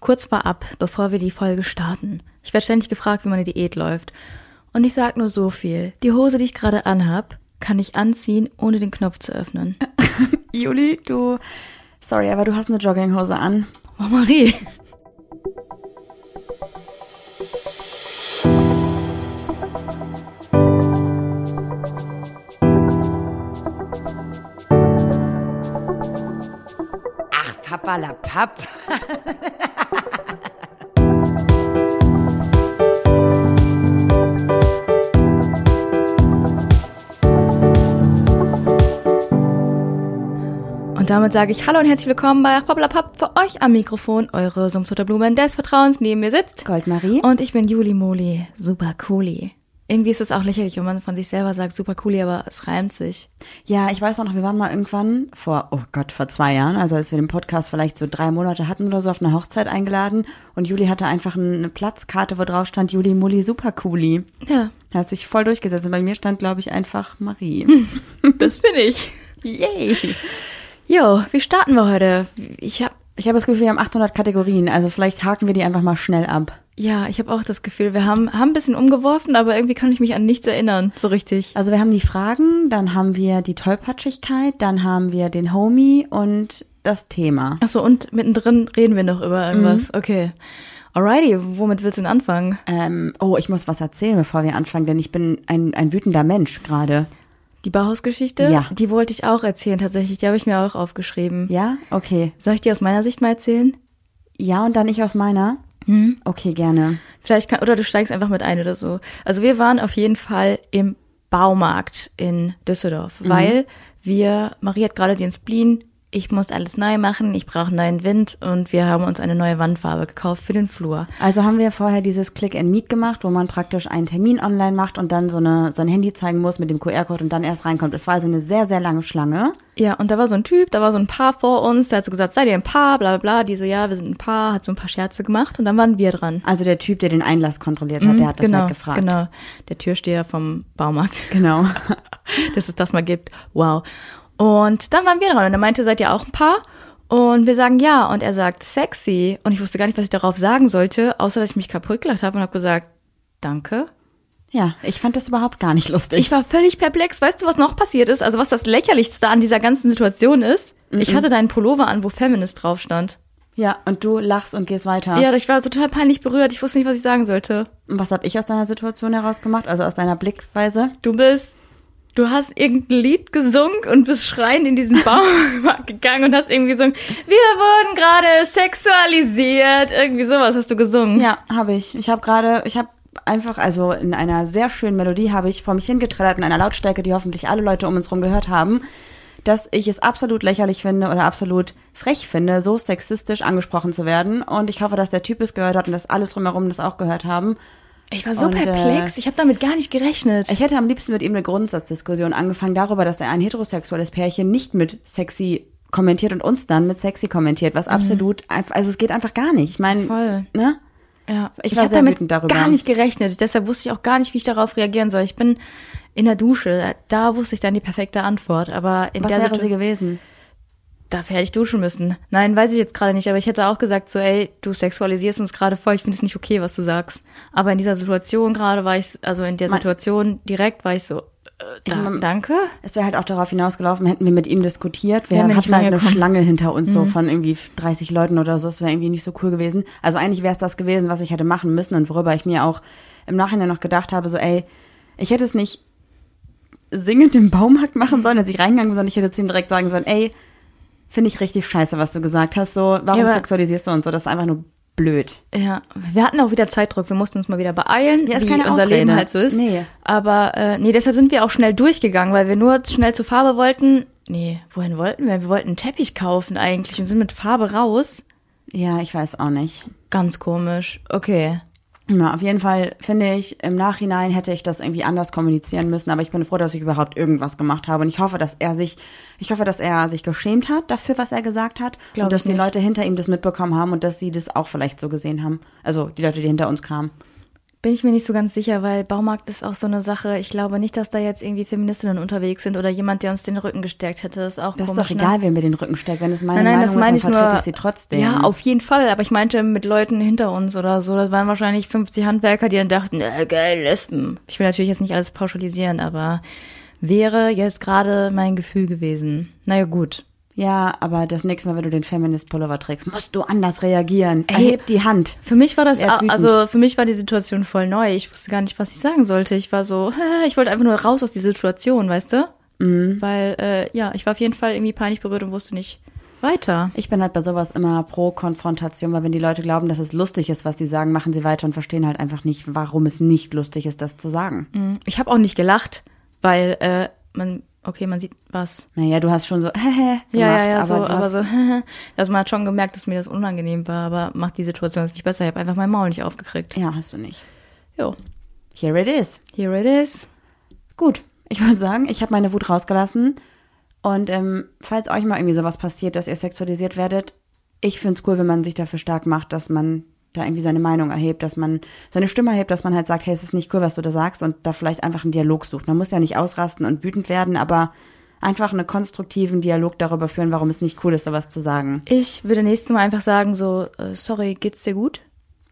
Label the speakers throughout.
Speaker 1: Kurz vorab, bevor wir die Folge starten. Ich werde ständig gefragt, wie meine Diät läuft. Und ich sag nur so viel. Die Hose, die ich gerade anhab, kann ich anziehen, ohne den Knopf zu öffnen.
Speaker 2: Juli, du. Sorry, aber du hast eine Jogginghose an.
Speaker 1: Oh, Marie.
Speaker 3: Ach, Papalapap.
Speaker 1: Und damit sage ich Hallo und herzlich willkommen bei Poplapap für euch am Mikrofon, eure Sumpftoter Blumen des Vertrauens. Neben mir sitzt
Speaker 2: Goldmarie.
Speaker 1: Und ich bin Juli Moli, super cooli. Irgendwie ist es auch lächerlich, wenn man von sich selber sagt, super cooli, aber es reimt sich.
Speaker 2: Ja, ich weiß auch noch, wir waren mal irgendwann vor, oh Gott, vor zwei Jahren, also als wir den Podcast vielleicht so drei Monate hatten oder so, auf eine Hochzeit eingeladen und Juli hatte einfach eine Platzkarte, wo drauf stand Juli Mulli Supercooli.
Speaker 1: Ja,
Speaker 2: Hat sich voll durchgesetzt und bei mir stand, glaube ich, einfach Marie.
Speaker 1: das bin ich.
Speaker 2: Yay!
Speaker 1: Jo, wie starten wir heute? Ich hab,
Speaker 2: Ich habe das Gefühl, wir haben 800 Kategorien, also vielleicht haken wir die einfach mal schnell ab.
Speaker 1: ja, ich habe auch das Gefühl, wir haben, haben ein bisschen umgeworfen, aber irgendwie kann ich mich an nichts erinnern, so richtig.
Speaker 2: Also wir haben die Fragen, dann haben wir die Tollpatschigkeit, dann haben wir den Homie und das Thema.
Speaker 1: Achso, und mittendrin reden wir noch über irgendwas.
Speaker 2: Mhm.
Speaker 1: Okay. Alrighty, womit willst du denn anfangen?
Speaker 2: Ähm, oh, ich muss was erzählen, bevor wir anfangen, denn ich bin ein, ein wütender Mensch gerade.
Speaker 1: Die Bauhaus-Geschichte?
Speaker 2: Ja.
Speaker 1: Die wollte ich auch erzählen, tatsächlich. Die habe ich mir auch aufgeschrieben.
Speaker 2: Ja? Okay.
Speaker 1: Soll ich die aus meiner Sicht mal erzählen?
Speaker 2: Ja, und dann ich aus meiner? Hm. Okay, gerne.
Speaker 1: Vielleicht kann, oder du steigst einfach mit ein oder so. Also wir waren auf jeden Fall im Baumarkt in Düsseldorf,
Speaker 2: Mhm.
Speaker 1: weil wir, Marie hat gerade den Spleen, ich muss alles neu machen, ich brauche neuen Wind und wir haben uns eine neue Wandfarbe gekauft für den Flur.
Speaker 2: Also haben wir vorher dieses Click and Meet gemacht, wo man praktisch einen Termin online macht und dann so, eine, so ein Handy zeigen muss mit dem QR-Code und dann erst reinkommt. Es war also eine sehr, sehr lange Schlange.
Speaker 1: Ja, und da war so ein Typ, da war so ein Paar vor uns, der hat so gesagt, seid ihr ein Paar, bla bla bla, die so, ja, wir sind ein Paar, hat so ein paar Scherze gemacht und dann waren wir dran.
Speaker 2: Also der Typ, der den Einlass kontrolliert hat, der hat das
Speaker 1: genau,
Speaker 2: halt gefragt.
Speaker 1: genau, der Türsteher vom Baumarkt.
Speaker 2: Genau.
Speaker 1: dass es das mal gibt. Wow. Und dann waren wir dran und er meinte, seid ihr auch ein Paar? Und wir sagen ja. Und er sagt sexy. Und ich wusste gar nicht, was ich darauf sagen sollte, außer dass ich mich kaputt gelacht habe und habe gesagt, danke.
Speaker 2: Ja, ich fand das überhaupt gar nicht lustig.
Speaker 1: Ich war völlig perplex. Weißt du, was noch passiert ist? Also was das Lächerlichste an dieser ganzen Situation ist? Ich hatte deinen Pullover an, wo Feminist drauf stand.
Speaker 2: ja, und du lachst und gehst weiter.
Speaker 1: Ja, ich war total peinlich berührt. Ich wusste nicht, was ich sagen sollte.
Speaker 2: Und was habe ich aus deiner Situation heraus gemacht? Also aus deiner Blickweise?
Speaker 1: Du bist, du hast irgendein Lied gesungen und bist schreiend in diesen Baumarkt gegangen und hast irgendwie gesungen, wir wurden gerade sexualisiert, irgendwie sowas hast du gesungen.
Speaker 2: Ja, habe ich. Ich habe gerade, ich habe einfach, also in einer sehr schönen Melodie habe ich vor mich hingetrellert in einer Lautstärke, die hoffentlich alle Leute um uns herum gehört haben, dass ich es absolut lächerlich finde oder absolut frech finde, so sexistisch angesprochen zu werden. Und ich hoffe, dass der Typ es gehört hat und dass alles drumherum das auch gehört haben.
Speaker 1: Ich war so
Speaker 2: Und, äh,
Speaker 1: perplex, ich habe damit gar nicht gerechnet.
Speaker 2: Ich hätte am liebsten mit ihm eine Grundsatzdiskussion angefangen darüber, dass er ein heterosexuelles Pärchen nicht mit sexy kommentiert und uns dann mit sexy kommentiert, was absolut einfach, also es geht einfach gar nicht. Ich meine,
Speaker 1: Voll.
Speaker 2: ne?
Speaker 1: ja.
Speaker 2: ich war
Speaker 1: hab
Speaker 2: sehr
Speaker 1: damit
Speaker 2: wütend darüber.
Speaker 1: gar nicht gerechnet, deshalb wusste ich auch gar nicht, wie ich darauf reagieren soll. Ich bin in der Dusche, da wusste ich dann die perfekte Antwort, aber in
Speaker 2: Was
Speaker 1: der
Speaker 2: wäre
Speaker 1: Situation-
Speaker 2: sie gewesen?
Speaker 1: Dafür hätte ich duschen müssen. Nein, weiß ich jetzt gerade nicht, aber ich hätte auch gesagt so, ey, du sexualisierst uns gerade voll, ich finde es nicht okay, was du sagst. Aber in dieser Situation gerade war ich, also in der
Speaker 2: Mein-
Speaker 1: Situation direkt war ich so, äh, da,
Speaker 2: mein-
Speaker 1: danke?
Speaker 2: Es wäre halt auch darauf hinausgelaufen, hätten wir mit ihm diskutiert, wir
Speaker 1: Wären wir nicht
Speaker 2: hatten halt eine
Speaker 1: rangekommen.
Speaker 2: Schlange hinter uns
Speaker 1: Mhm.
Speaker 2: so von irgendwie 30 Leuten oder so, es wäre irgendwie nicht so cool gewesen. Also eigentlich wäre es das gewesen, was ich hätte machen müssen und worüber ich mir auch im Nachhinein noch gedacht habe, so ey, ich hätte es nicht singend im Baumarkt machen sollen, als ich reingegangen bin, sondern ich hätte zu ihm direkt sagen sollen, ey, finde ich richtig scheiße, was du gesagt hast, so, warum
Speaker 1: Ja, aber-
Speaker 2: sexualisierst du uns so, das ist einfach nur blöd.
Speaker 1: Ja, wir hatten auch wieder Zeitdruck, wir mussten uns mal wieder beeilen,
Speaker 2: Ja, ist
Speaker 1: wie
Speaker 2: keine
Speaker 1: unser
Speaker 2: Ausrede.
Speaker 1: Leben halt so ist.
Speaker 2: Nee.
Speaker 1: Aber äh, nee, deshalb sind wir auch schnell durchgegangen, weil wir nur schnell zur Farbe wollten. Nee, wohin wollten wir? Wir wollten einen Teppich kaufen eigentlich und sind mit Farbe raus.
Speaker 2: Ja, ich weiß auch nicht.
Speaker 1: Ganz komisch. Okay.
Speaker 2: Ja, auf jeden Fall finde ich, im Nachhinein hätte ich das irgendwie anders kommunizieren müssen, aber ich bin froh, dass ich überhaupt irgendwas gemacht habe und ich hoffe, dass er sich, ich hoffe, dass er sich geschämt hat dafür, was er gesagt hat
Speaker 1: Glaub
Speaker 2: und dass
Speaker 1: ich
Speaker 2: die
Speaker 1: nicht.
Speaker 2: Leute hinter ihm das mitbekommen haben und dass sie das auch vielleicht so gesehen haben. Also die Leute, die hinter uns kamen.
Speaker 1: Bin ich mir nicht so ganz sicher, weil Baumarkt ist auch so eine Sache. Ich glaube nicht, dass da jetzt irgendwie Feministinnen unterwegs sind oder jemand, der uns den Rücken gestärkt hätte. Das ist auch
Speaker 2: Das ist
Speaker 1: komisch,
Speaker 2: doch
Speaker 1: ne?
Speaker 2: egal, wer mir den Rücken steckt. Wenn es meine
Speaker 1: Nein, nein, das
Speaker 2: Meinung
Speaker 1: meine
Speaker 2: ist,
Speaker 1: ich
Speaker 2: dann
Speaker 1: nur.
Speaker 2: vertrete ich sie trotzdem.
Speaker 1: Ja, auf jeden Fall. Aber ich meinte mit Leuten hinter uns oder so. Das waren wahrscheinlich 50 Handwerker, die dann dachten, äh, geil, Lesben. Ich will natürlich jetzt nicht alles pauschalisieren, aber wäre jetzt gerade mein Gefühl gewesen. Naja, gut.
Speaker 2: Ja, aber das nächste Mal, wenn du den Feminist-Pullover trägst, musst du anders reagieren.
Speaker 1: Ey.
Speaker 2: Erheb die Hand.
Speaker 1: Für mich war das,
Speaker 2: Er ist wütend.
Speaker 1: also für mich war die Situation voll neu. Ich wusste gar nicht, was ich sagen sollte. Ich war so, hä, ich wollte einfach nur raus aus der Situation, weißt du? Weil, äh, ja, ich war auf jeden Fall irgendwie peinlich berührt und wusste nicht weiter.
Speaker 2: Ich bin halt bei sowas immer pro Konfrontation, weil wenn die Leute glauben, dass es lustig ist, was sie sagen, machen sie weiter und verstehen halt einfach nicht, warum es nicht lustig ist, das zu sagen.
Speaker 1: Mhm. Ich habe auch nicht gelacht, weil äh, man, okay, man sieht was.
Speaker 2: Naja, du hast schon so, hehe, gemacht,
Speaker 1: Ja, ja, ja,
Speaker 2: aber,
Speaker 1: so,
Speaker 2: du
Speaker 1: aber
Speaker 2: hast,
Speaker 1: so. Also man hat schon gemerkt, dass mir das unangenehm war, aber macht die Situation jetzt nicht besser. Ich habe einfach mein Maul nicht aufgekriegt.
Speaker 2: ja, hast du nicht.
Speaker 1: Jo,
Speaker 2: Here it is.
Speaker 1: here it is.
Speaker 2: Gut, ich würde sagen, ich habe meine Wut rausgelassen. Und ähm, falls euch mal irgendwie sowas passiert, dass ihr sexualisiert werdet, ich finde es cool, wenn man sich dafür stark macht, dass man da irgendwie seine Meinung erhebt, dass man seine Stimme erhebt, dass man halt sagt, hey, es ist nicht cool, was du da sagst und da vielleicht einfach einen Dialog sucht. Man muss ja nicht ausrasten und wütend werden, aber einfach einen konstruktiven Dialog darüber führen, warum es nicht cool ist, sowas zu sagen.
Speaker 1: Ich würde nächstes Mal einfach sagen, so, äh, sorry, geht's dir gut?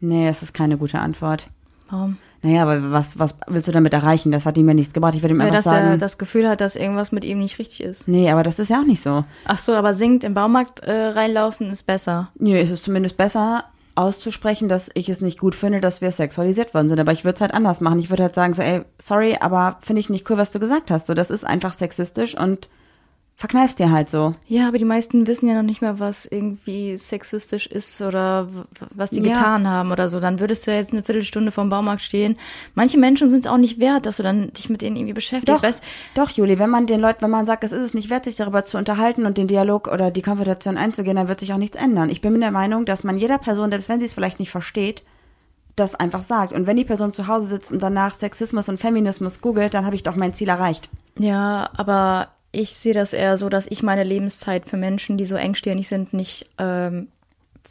Speaker 2: Nee, es ist keine gute Antwort.
Speaker 1: Warum?
Speaker 2: Naja, aber was, was willst du damit erreichen? Das hat ihm ja nichts gebracht. Ich würde ihm
Speaker 1: Ja,
Speaker 2: einfach
Speaker 1: dass er
Speaker 2: sagen.
Speaker 1: das Gefühl hat, dass irgendwas mit ihm nicht richtig ist.
Speaker 2: nee, aber das ist ja auch nicht so.
Speaker 1: Ach so, aber singt im Baumarkt äh, reinlaufen ist besser.
Speaker 2: Nö, es ist zumindest besser auszusprechen, dass ich es nicht gut finde, dass wir sexualisiert worden sind. Aber ich würde es halt anders machen. Ich würde halt sagen, so, ey, sorry, aber finde ich nicht cool, was du gesagt hast. So, das ist einfach sexistisch und verkneifst dir halt so.
Speaker 1: Ja, aber die meisten wissen ja noch nicht mal, was irgendwie sexistisch ist oder w- was die
Speaker 2: Ja.
Speaker 1: getan haben oder so. Dann würdest du ja jetzt eine Viertelstunde vom Baumarkt stehen. Manche Menschen sind es auch nicht wert, dass du dann dich mit denen irgendwie beschäftigst.
Speaker 2: Doch,
Speaker 1: Weißt,
Speaker 2: doch, Juli, wenn man den Leuten, wenn man sagt, es ist es nicht wert, sich darüber zu unterhalten und den Dialog oder die Konfrontation einzugehen, dann wird sich auch nichts ändern. Ich bin der Meinung, dass man jeder Person, selbst wenn sie es vielleicht nicht versteht, das einfach sagt. Und wenn die Person zu Hause sitzt und danach Sexismus und Feminismus googelt, dann habe ich doch mein Ziel erreicht.
Speaker 1: Ja, aber ich sehe das eher so, dass ich meine Lebenszeit für Menschen, die so engstirnig sind, nicht ähm,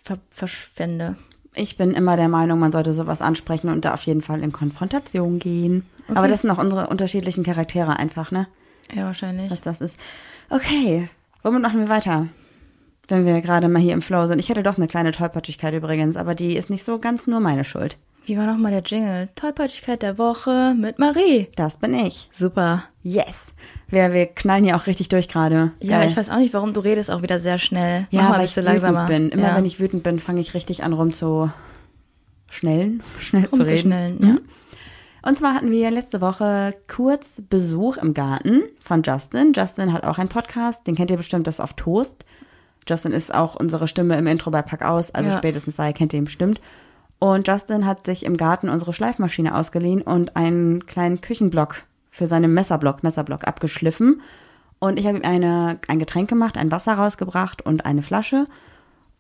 Speaker 1: ver verschwende.
Speaker 2: Ich bin immer der Meinung, man sollte sowas ansprechen und da auf jeden Fall in Konfrontation gehen. Aber das sind auch unsere unterschiedlichen Charaktere einfach, ne?
Speaker 1: Ja, wahrscheinlich.
Speaker 2: Was das ist. Okay, womit machen wir weiter? Wenn wir gerade mal hier im Flow sind. Ich hätte doch eine kleine Tollpatschigkeit übrigens, aber die ist nicht so ganz nur meine Schuld.
Speaker 1: Wie war nochmal der Jingle? Tollpatschigkeit der Woche mit Marie.
Speaker 2: Das bin ich.
Speaker 1: Super.
Speaker 2: Yes. Wir, wir knallen hier auch richtig durch gerade.
Speaker 1: Ja,
Speaker 2: Geil.
Speaker 1: ich weiß auch nicht, warum du redest auch wieder sehr schnell. Mach
Speaker 2: Ja,
Speaker 1: mal ein
Speaker 2: weil ich
Speaker 1: bisschen
Speaker 2: wütend
Speaker 1: langsamer.
Speaker 2: bin. Immer
Speaker 1: ja.
Speaker 2: wenn ich wütend bin, fange ich richtig an rum zu schnellen, schnell zu reden.
Speaker 1: Rumzuschnellen,
Speaker 2: Mhm. Und zwar hatten wir letzte Woche kurz Besuch im Garten von Justin. Justin hat auch einen Podcast, den kennt ihr bestimmt, das ist auf Toast. Justin ist auch unsere Stimme im Intro bei Pack aus, also
Speaker 1: Ja.
Speaker 2: spätestens da kennt ihr ihn bestimmt. Und Justin hat sich im Garten unsere Schleifmaschine ausgeliehen und einen kleinen Küchenblock für seinen Messerblock, Messerblock abgeschliffen. Und ich habe ihm eine, ein Getränk gemacht, ein Wasser rausgebracht und eine Flasche.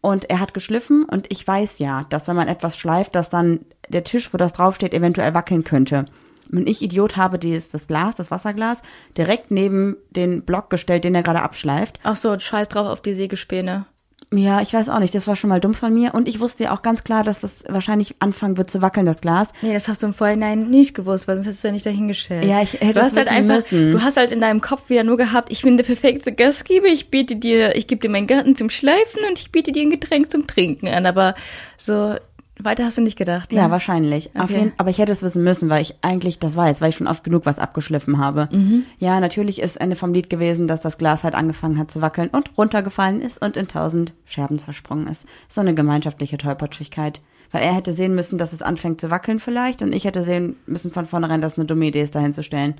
Speaker 2: Und er hat geschliffen und ich weiß ja, dass wenn man etwas schleift, dass dann der Tisch, wo das draufsteht, eventuell wackeln könnte. Und ich, Idiot, habe dieses, das Glas, das Wasserglas, direkt neben den Block gestellt, den er gerade abschleift.
Speaker 1: Ach so, scheiß drauf auf die Sägespäne.
Speaker 2: Ja, ich weiß auch nicht, das war schon mal dumm von mir. Und ich wusste ja auch ganz klar, dass das wahrscheinlich anfangen wird zu wackeln, das Glas.
Speaker 1: Nee, das hast du im Vorhinein nicht gewusst, weil sonst hättest du ja nicht dahingestellt.
Speaker 2: Ja, ich hätte
Speaker 1: du
Speaker 2: es
Speaker 1: hast halt
Speaker 2: wissen
Speaker 1: einfach,
Speaker 2: müssen.
Speaker 1: Du hast halt in deinem Kopf wieder nur gehabt, ich bin der perfekte Gastgeber, ich biete dir, ich gebe dir meinen Garten zum Schleifen und ich biete dir ein Getränk zum Trinken an. Aber so weiter hast du nicht gedacht. Ne?
Speaker 2: Ja, wahrscheinlich. Auf
Speaker 1: Okay.
Speaker 2: jeden, aber ich hätte es wissen müssen, weil ich eigentlich das weiß, weil ich schon oft genug was abgeschliffen habe.
Speaker 1: Mhm.
Speaker 2: Ja, natürlich ist Ende vom Lied gewesen, dass das Glas halt angefangen hat zu wackeln und runtergefallen ist und in tausend Scherben zersprungen ist. So eine gemeinschaftliche Tollpatschigkeit. Weil er hätte sehen müssen, dass es anfängt zu wackeln vielleicht und ich hätte sehen müssen von vornherein, dass eine dumme Idee ist, dahin zu stellen.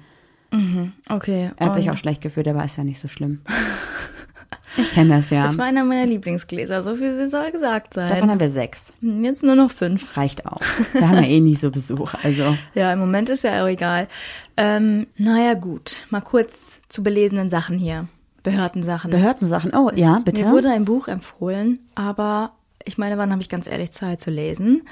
Speaker 1: Okay.
Speaker 2: Er hat sich
Speaker 1: und
Speaker 2: auch schlecht gefühlt, aber ist ja nicht so schlimm. ich kenne das ja.
Speaker 1: Das war einer meiner Lieblingsgläser, so viel soll gesagt
Speaker 2: Davon
Speaker 1: sein. Hm,
Speaker 2: haben wir sechs.
Speaker 1: Jetzt nur noch fünf.
Speaker 2: Reicht auch. Wir haben ja eh nie so Besuch, also.
Speaker 1: Ja, im Moment ist ja auch egal. Ähm, naja, gut. Mal kurz zu belesenen Sachen hier. Behördensachen.
Speaker 2: Behördensachen. Oh, ja, bitte.
Speaker 1: Mir wurde ein Buch empfohlen, aber ich meine, wann habe ich ganz ehrlich Zeit zu lesen?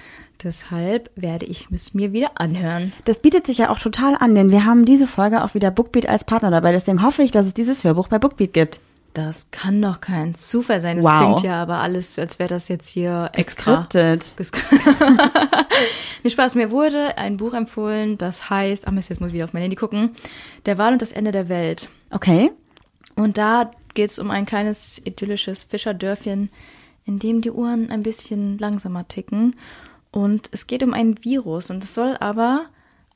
Speaker 1: Deshalb werde ich es mir wieder anhören.
Speaker 2: Das bietet sich ja auch total an, denn wir haben diese Folge auch wieder Bookbeat als Partner dabei. Deswegen hoffe ich, dass es dieses Hörbuch bei Bookbeat gibt.
Speaker 1: Das kann doch kein Zufall sein. Das
Speaker 2: Wow.
Speaker 1: klingt ja aber alles, als wäre das jetzt hier extra.
Speaker 2: Geskriptet.
Speaker 1: Geskri- nee, Spaß, mir wurde ein Buch empfohlen, das heißt, ach Mist, jetzt muss ich wieder auf mein Handy gucken, Der Wahl und das Ende der Welt.
Speaker 2: Okay.
Speaker 1: Und da geht es um ein kleines idyllisches Fischerdörfchen, in dem die Uhren ein bisschen langsamer ticken. Und es geht um ein Virus und es soll aber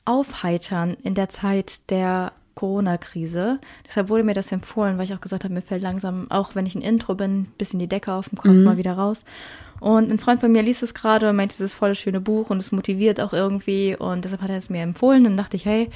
Speaker 1: aufheitern in der Zeit der Corona-Krise. Deshalb wurde mir das empfohlen, weil ich auch gesagt habe, mir fällt langsam, auch wenn ich ein Intro bin, bisschen die Decke auf dem Kopf mal wieder raus. Und ein Freund von mir liest es gerade und meinte, es ist voll das schöne Buch und es motiviert auch irgendwie. Und deshalb hat er es mir empfohlen und dachte ich, hey,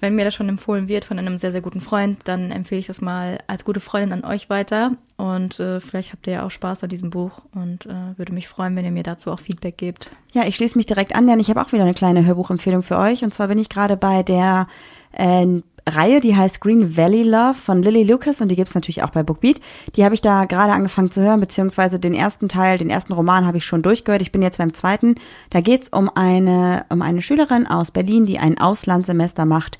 Speaker 1: wenn mir das schon empfohlen wird von einem sehr, sehr guten Freund, dann empfehle ich das mal als gute Freundin an euch weiter. Und äh, vielleicht habt ihr ja auch Spaß an diesem Buch und äh, würde mich freuen, wenn ihr mir dazu auch Feedback gebt.
Speaker 2: Ja, ich schließe mich direkt an, denn ich habe auch wieder eine kleine Hörbuchempfehlung für euch. Und zwar bin ich gerade bei der äh, Reihe, die heißt Green Valley Love von Lily Lucas und die gibt's natürlich auch bei Bookbeat. Die habe ich da gerade angefangen zu hören, beziehungsweise den ersten Teil, den ersten Roman habe ich schon durchgehört. Ich bin jetzt beim zweiten. Da geht's um eine, um eine Schülerin aus Berlin, die ein Auslandssemester macht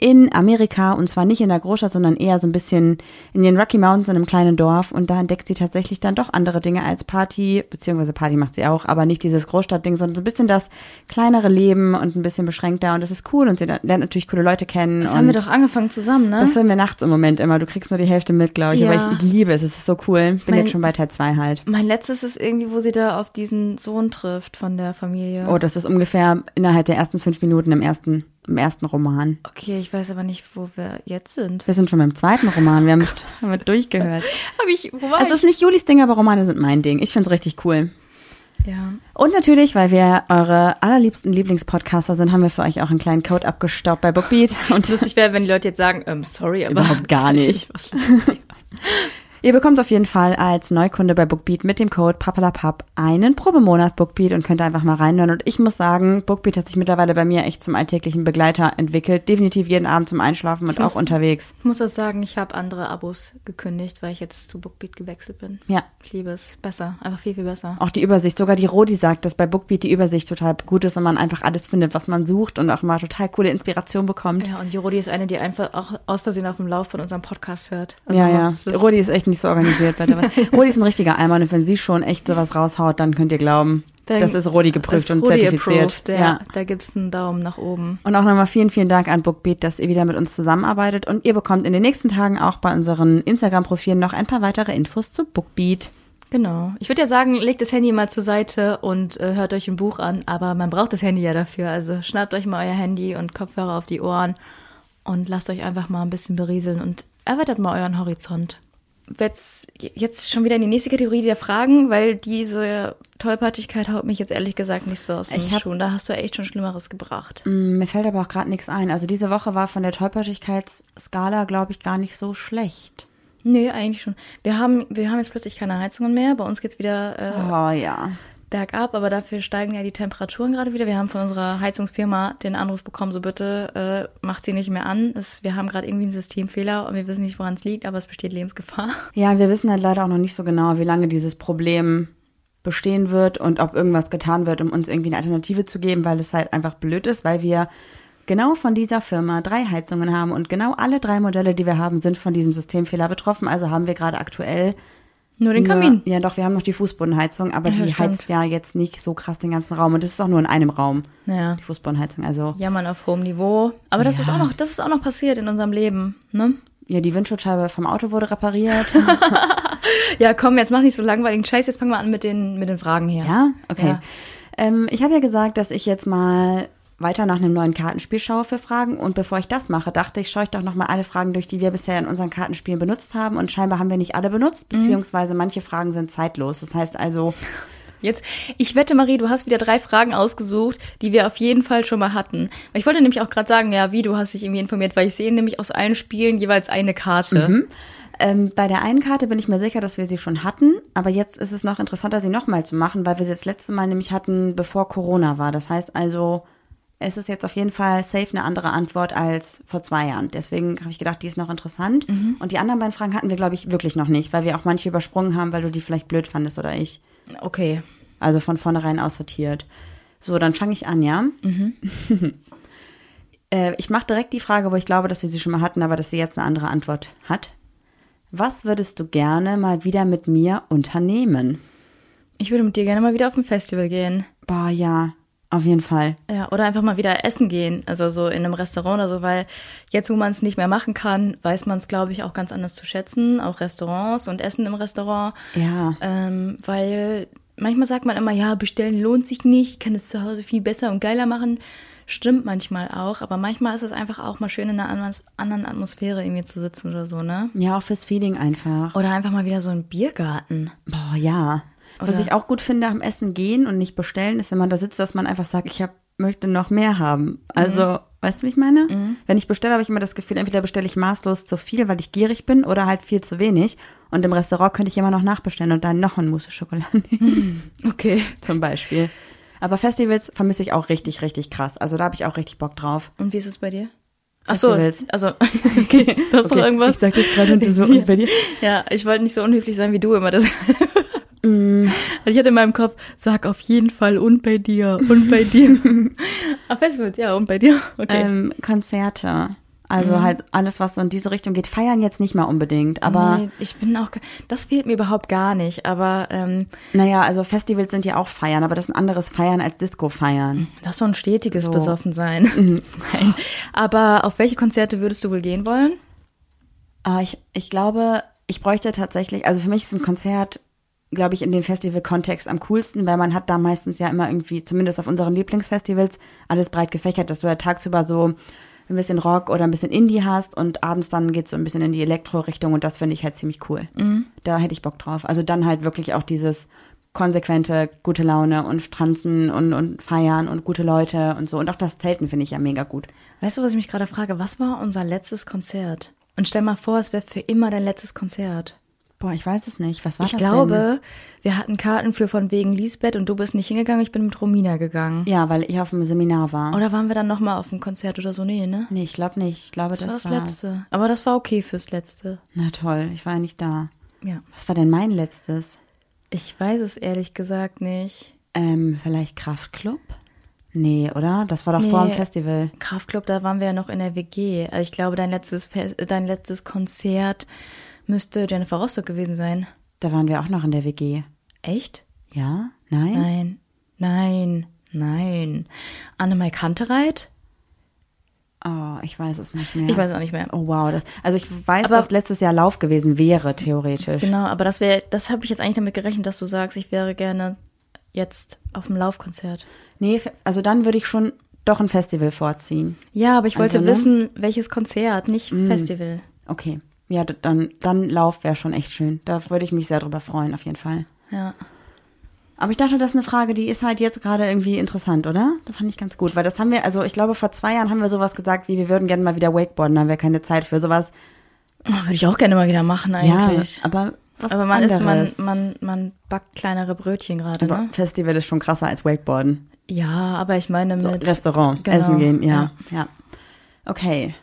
Speaker 2: in Amerika und zwar nicht in der Großstadt, sondern eher so ein bisschen in den Rocky Mountains in einem kleinen Dorf und da entdeckt sie tatsächlich dann doch andere Dinge als Party, beziehungsweise Party macht sie auch, aber nicht dieses Großstadtding, sondern so ein bisschen das kleinere Leben und ein bisschen beschränkter und das ist cool und sie lernt natürlich coole Leute kennen.
Speaker 1: Das
Speaker 2: und
Speaker 1: haben wir doch angefangen zusammen, ne?
Speaker 2: das hören wir nachts im Moment immer. Du kriegst nur die Hälfte mit, glaube ich.
Speaker 1: Ja.
Speaker 2: Aber ich, ich liebe es. Es ist so cool. Bin
Speaker 1: Mein-
Speaker 2: jetzt schon bei Teil 2 halt.
Speaker 1: mein letztes ist irgendwie, wo sie da auf diesen Sohn trifft von der Familie.
Speaker 2: Oh, das ist ungefähr innerhalb der ersten fünf Minuten im ersten, im ersten Roman.
Speaker 1: Okay, ich weiß aber nicht, wo wir jetzt sind.
Speaker 2: Wir sind schon beim zweiten Roman.
Speaker 1: Oh
Speaker 2: Wir haben, haben wir durchgehört.
Speaker 1: Hab ich, wo war
Speaker 2: Es ist nicht Julis Ding, aber Romane sind mein Ding. Ich find's richtig cool.
Speaker 1: ich? Ja.
Speaker 2: Und natürlich, weil wir eure allerliebsten Lieblingspodcaster sind, haben wir für euch auch einen kleinen Code abgestaubt bei Bookbeat. Und
Speaker 1: Lustig wäre, wenn die Leute jetzt sagen, ähm, sorry, aber.
Speaker 2: Überhaupt gar
Speaker 1: das hat
Speaker 2: nicht.
Speaker 1: was lustig.
Speaker 2: Ihr bekommt auf jeden Fall als Neukunde bei Bookbeat mit dem Code PAPALAPAP einen Probemonat Bookbeat und könnt einfach mal reinhören. Und ich muss sagen, Bookbeat hat sich mittlerweile bei mir echt zum alltäglichen Begleiter entwickelt. Definitiv jeden Abend zum Einschlafen und auch unterwegs.
Speaker 1: Ich muss auch sagen, ich habe andere Abos gekündigt, weil ich jetzt zu Bookbeat gewechselt bin.
Speaker 2: Ja.
Speaker 1: Ich liebe es. Besser. Einfach viel, viel besser.
Speaker 2: Auch die Übersicht, sogar die Rodi sagt, dass bei Bookbeat die Übersicht total gut ist und man einfach alles findet, was man sucht und auch mal total coole Inspiration bekommt.
Speaker 1: Ja, und die Rodi ist eine, die einfach auch aus Versehen auf dem Lauf von unserem Podcast hört. Also
Speaker 2: ja, ja.
Speaker 1: das ist-
Speaker 2: Rodi ist echt nicht so organisiert. bei der Wahl. Rodi ist ein richtiger Eimer und wenn sie schon echt sowas raushaut, dann könnt ihr glauben,
Speaker 1: Dann
Speaker 2: das ist Rodi geprüft
Speaker 1: ist
Speaker 2: und
Speaker 1: Rodi
Speaker 2: zertifiziert.
Speaker 1: approved, ja. Da gibt's einen Daumen nach oben.
Speaker 2: Und auch nochmal vielen, vielen Dank an Bookbeat, dass ihr wieder mit uns zusammenarbeitet. Und ihr bekommt in den nächsten Tagen auch bei unseren Instagram-Profilen noch ein paar weitere Infos zu Bookbeat.
Speaker 1: Genau. Ich würde ja sagen, legt das Handy mal zur Seite und äh, hört euch ein Buch an, aber man braucht das Handy ja dafür. Also schnappt euch mal euer Handy und Kopfhörer auf die Ohren und lasst euch einfach mal ein bisschen berieseln und erweitert mal euren Horizont. Jetzt, jetzt schon wieder in die nächste Kategorie der Fragen, weil diese Tollpatschigkeit haut mich jetzt ehrlich gesagt nicht so aus den
Speaker 2: Ich hab-
Speaker 1: Schuhen. Da hast du echt schon Schlimmeres gebracht.
Speaker 2: Hm, Mir fällt aber auch gerade nichts ein. Also diese Woche war von der Tollpatschigkeitsskala, glaube ich, gar nicht so schlecht.
Speaker 1: Nee, eigentlich schon. Wir haben, wir haben jetzt plötzlich keine Heizungen mehr. Bei uns geht's wieder äh,
Speaker 2: Oh ja.
Speaker 1: bergab, aber dafür steigen ja die Temperaturen gerade wieder. Wir haben von unserer Heizungsfirma den Anruf bekommen, so bitte äh, macht sie nicht mehr an. Es, wir haben gerade irgendwie einen Systemfehler und wir wissen nicht, woran es liegt, aber es besteht Lebensgefahr.
Speaker 2: Ja, wir wissen halt leider auch noch nicht so genau, wie lange dieses Problem bestehen wird und ob irgendwas getan wird, um uns irgendwie eine Alternative zu geben, weil es halt einfach blöd ist, weil wir genau von dieser Firma drei Heizungen haben und genau alle drei Modelle, die wir haben, sind von diesem Systemfehler betroffen. Also haben wir gerade aktuell
Speaker 1: Nur den
Speaker 2: nur-
Speaker 1: Kamin.
Speaker 2: Ja, doch, wir haben noch die Fußbodenheizung, aber
Speaker 1: Ja,
Speaker 2: die
Speaker 1: stimmt.
Speaker 2: heizt ja jetzt nicht so krass den ganzen Raum und es ist auch nur in einem Raum.
Speaker 1: Ja.
Speaker 2: Die Fußbodenheizung, also
Speaker 1: Jammern auf hohem Niveau. Aber das ist auch noch, das ist auch noch passiert in unserem Leben, ne?
Speaker 2: ja, die Windschutzscheibe vom Auto wurde repariert.
Speaker 1: Ja, komm, jetzt mach nicht so langweiligen Scheiß, jetzt fangen wir an mit den, mit den Fragen hier.
Speaker 2: Ja, okay.
Speaker 1: Ja.
Speaker 2: Ähm, ich habe ja gesagt, dass ich jetzt mal weiter nach einem neuen Kartenspiel schaue für Fragen. Und bevor ich das mache, dachte ich, schaue ich doch nochmal alle Fragen durch, die wir bisher in unseren Kartenspielen benutzt haben. Und scheinbar haben wir nicht alle benutzt, beziehungsweise manche Fragen sind zeitlos. Das heißt also,
Speaker 1: Jetzt, ich wette, Marie, du hast wieder drei Fragen ausgesucht, die wir auf jeden Fall schon mal hatten. Weil Ich wollte nämlich auch gerade sagen, ja, wie du hast dich irgendwie informiert, weil ich sehe nämlich aus allen Spielen jeweils eine Karte.
Speaker 2: ähm, bei der einen Karte bin ich mir sicher, dass wir sie schon hatten. Aber jetzt ist es noch interessanter, sie nochmal zu machen, weil wir sie das letzte Mal nämlich hatten, bevor Corona war. Das heißt also, es ist jetzt auf jeden Fall safe eine andere Antwort als vor zwei Jahren. Deswegen habe ich gedacht, die ist noch interessant. Und die anderen beiden Fragen hatten wir, glaube ich, wirklich noch nicht, weil wir auch manche übersprungen haben, weil du die vielleicht blöd fandest oder ich.
Speaker 1: Okay.
Speaker 2: Also von vornherein aussortiert. So, dann fange ich an, ja? äh, ich mache direkt die Frage, wo ich glaube, dass wir sie schon mal hatten, aber dass sie jetzt eine andere Antwort hat. Was würdest du gerne mal wieder mit mir unternehmen?
Speaker 1: Ich würde mit dir gerne mal wieder auf ein Festival gehen.
Speaker 2: Boah, ja, auf jeden Fall.
Speaker 1: Ja, oder einfach mal wieder essen gehen, also so in einem Restaurant oder so, weil jetzt, wo man es nicht mehr machen kann, weiß man es, glaube ich, auch ganz anders zu schätzen, auch Restaurants und Essen im Restaurant.
Speaker 2: Ja.
Speaker 1: Ähm, weil manchmal sagt man immer, ja, bestellen lohnt sich nicht, ich kann es zu Hause viel besser und geiler machen. Stimmt manchmal auch, aber manchmal ist es einfach auch mal schön in einer anderen- anderen Atmosphäre irgendwie zu sitzen oder so, ne?
Speaker 2: Ja, auch fürs Feeling einfach.
Speaker 1: Oder einfach mal wieder so ein Biergarten.
Speaker 2: Boah, ja. Was
Speaker 1: Oder-
Speaker 2: ich auch gut finde am Essen gehen und nicht bestellen, ist, wenn man da sitzt, dass man einfach sagt, ich hab, möchte noch mehr haben. Also,
Speaker 1: Mhm.
Speaker 2: weißt du, wie ich meine? Wenn ich bestelle, habe ich immer das Gefühl, entweder bestelle ich maßlos zu viel, weil ich gierig bin, oder halt viel zu wenig. Und im Restaurant könnte ich immer noch nachbestellen und dann noch ein Mousse Schokolade
Speaker 1: Mhm. Okay.
Speaker 2: zum Beispiel. Aber Festivals vermisse ich auch richtig, richtig krass. Also da habe ich auch richtig Bock drauf.
Speaker 1: Und wie ist es bei dir? Ach so,
Speaker 2: Festivals.
Speaker 1: also, okay, du hast doch
Speaker 2: Okay,
Speaker 1: irgendwas.
Speaker 2: Ich sag jetzt gerade und du so, und bei dir?
Speaker 1: Ja, ich wollte nicht so unhöflich sein wie du immer. Das
Speaker 2: Mm.
Speaker 1: also ich hatte in meinem Kopf, sag auf jeden Fall und bei dir und bei dir. auf Facebook, ja, und bei dir. Okay. Mhm.
Speaker 2: Ähm, Konzerte. Also halt alles, was so in diese Richtung geht. Feiern jetzt nicht mal unbedingt, aber
Speaker 1: nee, ich bin auch, ge- das fehlt mir überhaupt gar nicht, aber ähm,
Speaker 2: naja, also Festivals sind ja auch Feiern, aber das ist ein anderes Feiern als Disco-Feiern.
Speaker 1: das ist so ein stetiges
Speaker 2: So. Mhm.
Speaker 1: Besoffensein. Nein. Aber auf welche Konzerte würdest du wohl gehen wollen?
Speaker 2: Ah, ich, ich glaube, ich bräuchte tatsächlich, also für mich ist ein Konzert, glaube ich, in dem Festival-Kontext am coolsten, weil man hat da meistens ja immer irgendwie, zumindest auf unseren Lieblingsfestivals, alles breit gefächert, dass du ja tagsüber so ein bisschen Rock oder ein bisschen Indie hast und abends dann geht's so ein bisschen in die Elektro-Richtung und das finde ich halt ziemlich cool.
Speaker 1: Mhm.
Speaker 2: Da hätte ich Bock drauf. Also dann halt wirklich auch dieses konsequente, gute Laune und Tanzen und, und Feiern und gute Leute und so. Und auch das Zelten finde ich ja mega gut.
Speaker 1: Weißt du, was ich mich gerade frage? Was war unser letztes Konzert? Und stell mal vor, es wäre für immer dein letztes Konzert.
Speaker 2: Boah, ich weiß es nicht. Was war
Speaker 1: Ich
Speaker 2: das denn?
Speaker 1: glaube, wir hatten Karten für von wegen Lisbeth und du bist nicht hingegangen, ich bin mit Romina gegangen.
Speaker 2: Ja, weil ich auf dem Seminar war.
Speaker 1: Oder waren wir dann nochmal auf einem Konzert oder so? Nee, ne?
Speaker 2: Nee, ich glaube nicht. Ich glaube, das,
Speaker 1: Das, war das
Speaker 2: war's.
Speaker 1: letzte. Aber das war okay fürs letzte.
Speaker 2: Na toll, ich war ja nicht da.
Speaker 1: Ja.
Speaker 2: Was war denn mein letztes?
Speaker 1: Ich weiß es ehrlich gesagt nicht.
Speaker 2: Ähm, vielleicht Kraftclub? Nee, oder? Das war doch vor dem
Speaker 1: Nee.
Speaker 2: Festival.
Speaker 1: Kraftclub, da waren wir ja noch in der WG. Also ich glaube, dein letztes, Fe äh, dein letztes Konzert müsste Jennifer Rostock gewesen sein.
Speaker 2: Da waren wir auch noch in der WG.
Speaker 1: Echt?
Speaker 2: Ja? Nein?
Speaker 1: Nein. Nein. Nein. Annemai Kantereit?
Speaker 2: Oh, ich weiß es nicht mehr.
Speaker 1: Ich weiß auch nicht mehr.
Speaker 2: Oh wow, das, also ich weiß,
Speaker 1: Aber-
Speaker 2: dass letztes Jahr Lauf gewesen wäre, theoretisch.
Speaker 1: Genau, aber das wäre, das habe ich jetzt eigentlich damit gerechnet, dass du sagst, ich wäre gerne jetzt auf dem Laufkonzert.
Speaker 2: Nee, fe- also dann würde ich schon doch ein Festival vorziehen.
Speaker 1: Ja, aber ich wollte
Speaker 2: Also, ne? Hm.
Speaker 1: wissen, welches Konzert, nicht Festival.
Speaker 2: Okay. Ja, d- dann, dann Lauf wäre schon echt schön. Da würde ich mich sehr drüber freuen, auf jeden Fall.
Speaker 1: Ja.
Speaker 2: Aber ich dachte, das ist eine Frage, die ist halt jetzt gerade irgendwie interessant, oder? Da fand ich ganz gut, weil das haben wir, also ich glaube, vor zwei Jahren haben wir sowas gesagt, wie wir würden gerne mal wieder Wakeboarden, da haben wir keine Zeit für sowas.
Speaker 1: Oh, Würde ich auch gerne mal wieder machen eigentlich.
Speaker 2: Ja, aber was
Speaker 1: aber man
Speaker 2: anderes.
Speaker 1: ist, man, man, man backt kleinere Brötchen gerade,
Speaker 2: aber
Speaker 1: ne?
Speaker 2: Festival ist schon krasser als Wakeboarden.
Speaker 1: Ja, aber ich meine
Speaker 2: So,
Speaker 1: mit
Speaker 2: Restaurant,
Speaker 1: genau,
Speaker 2: essen gehen, ja, ja. Okay.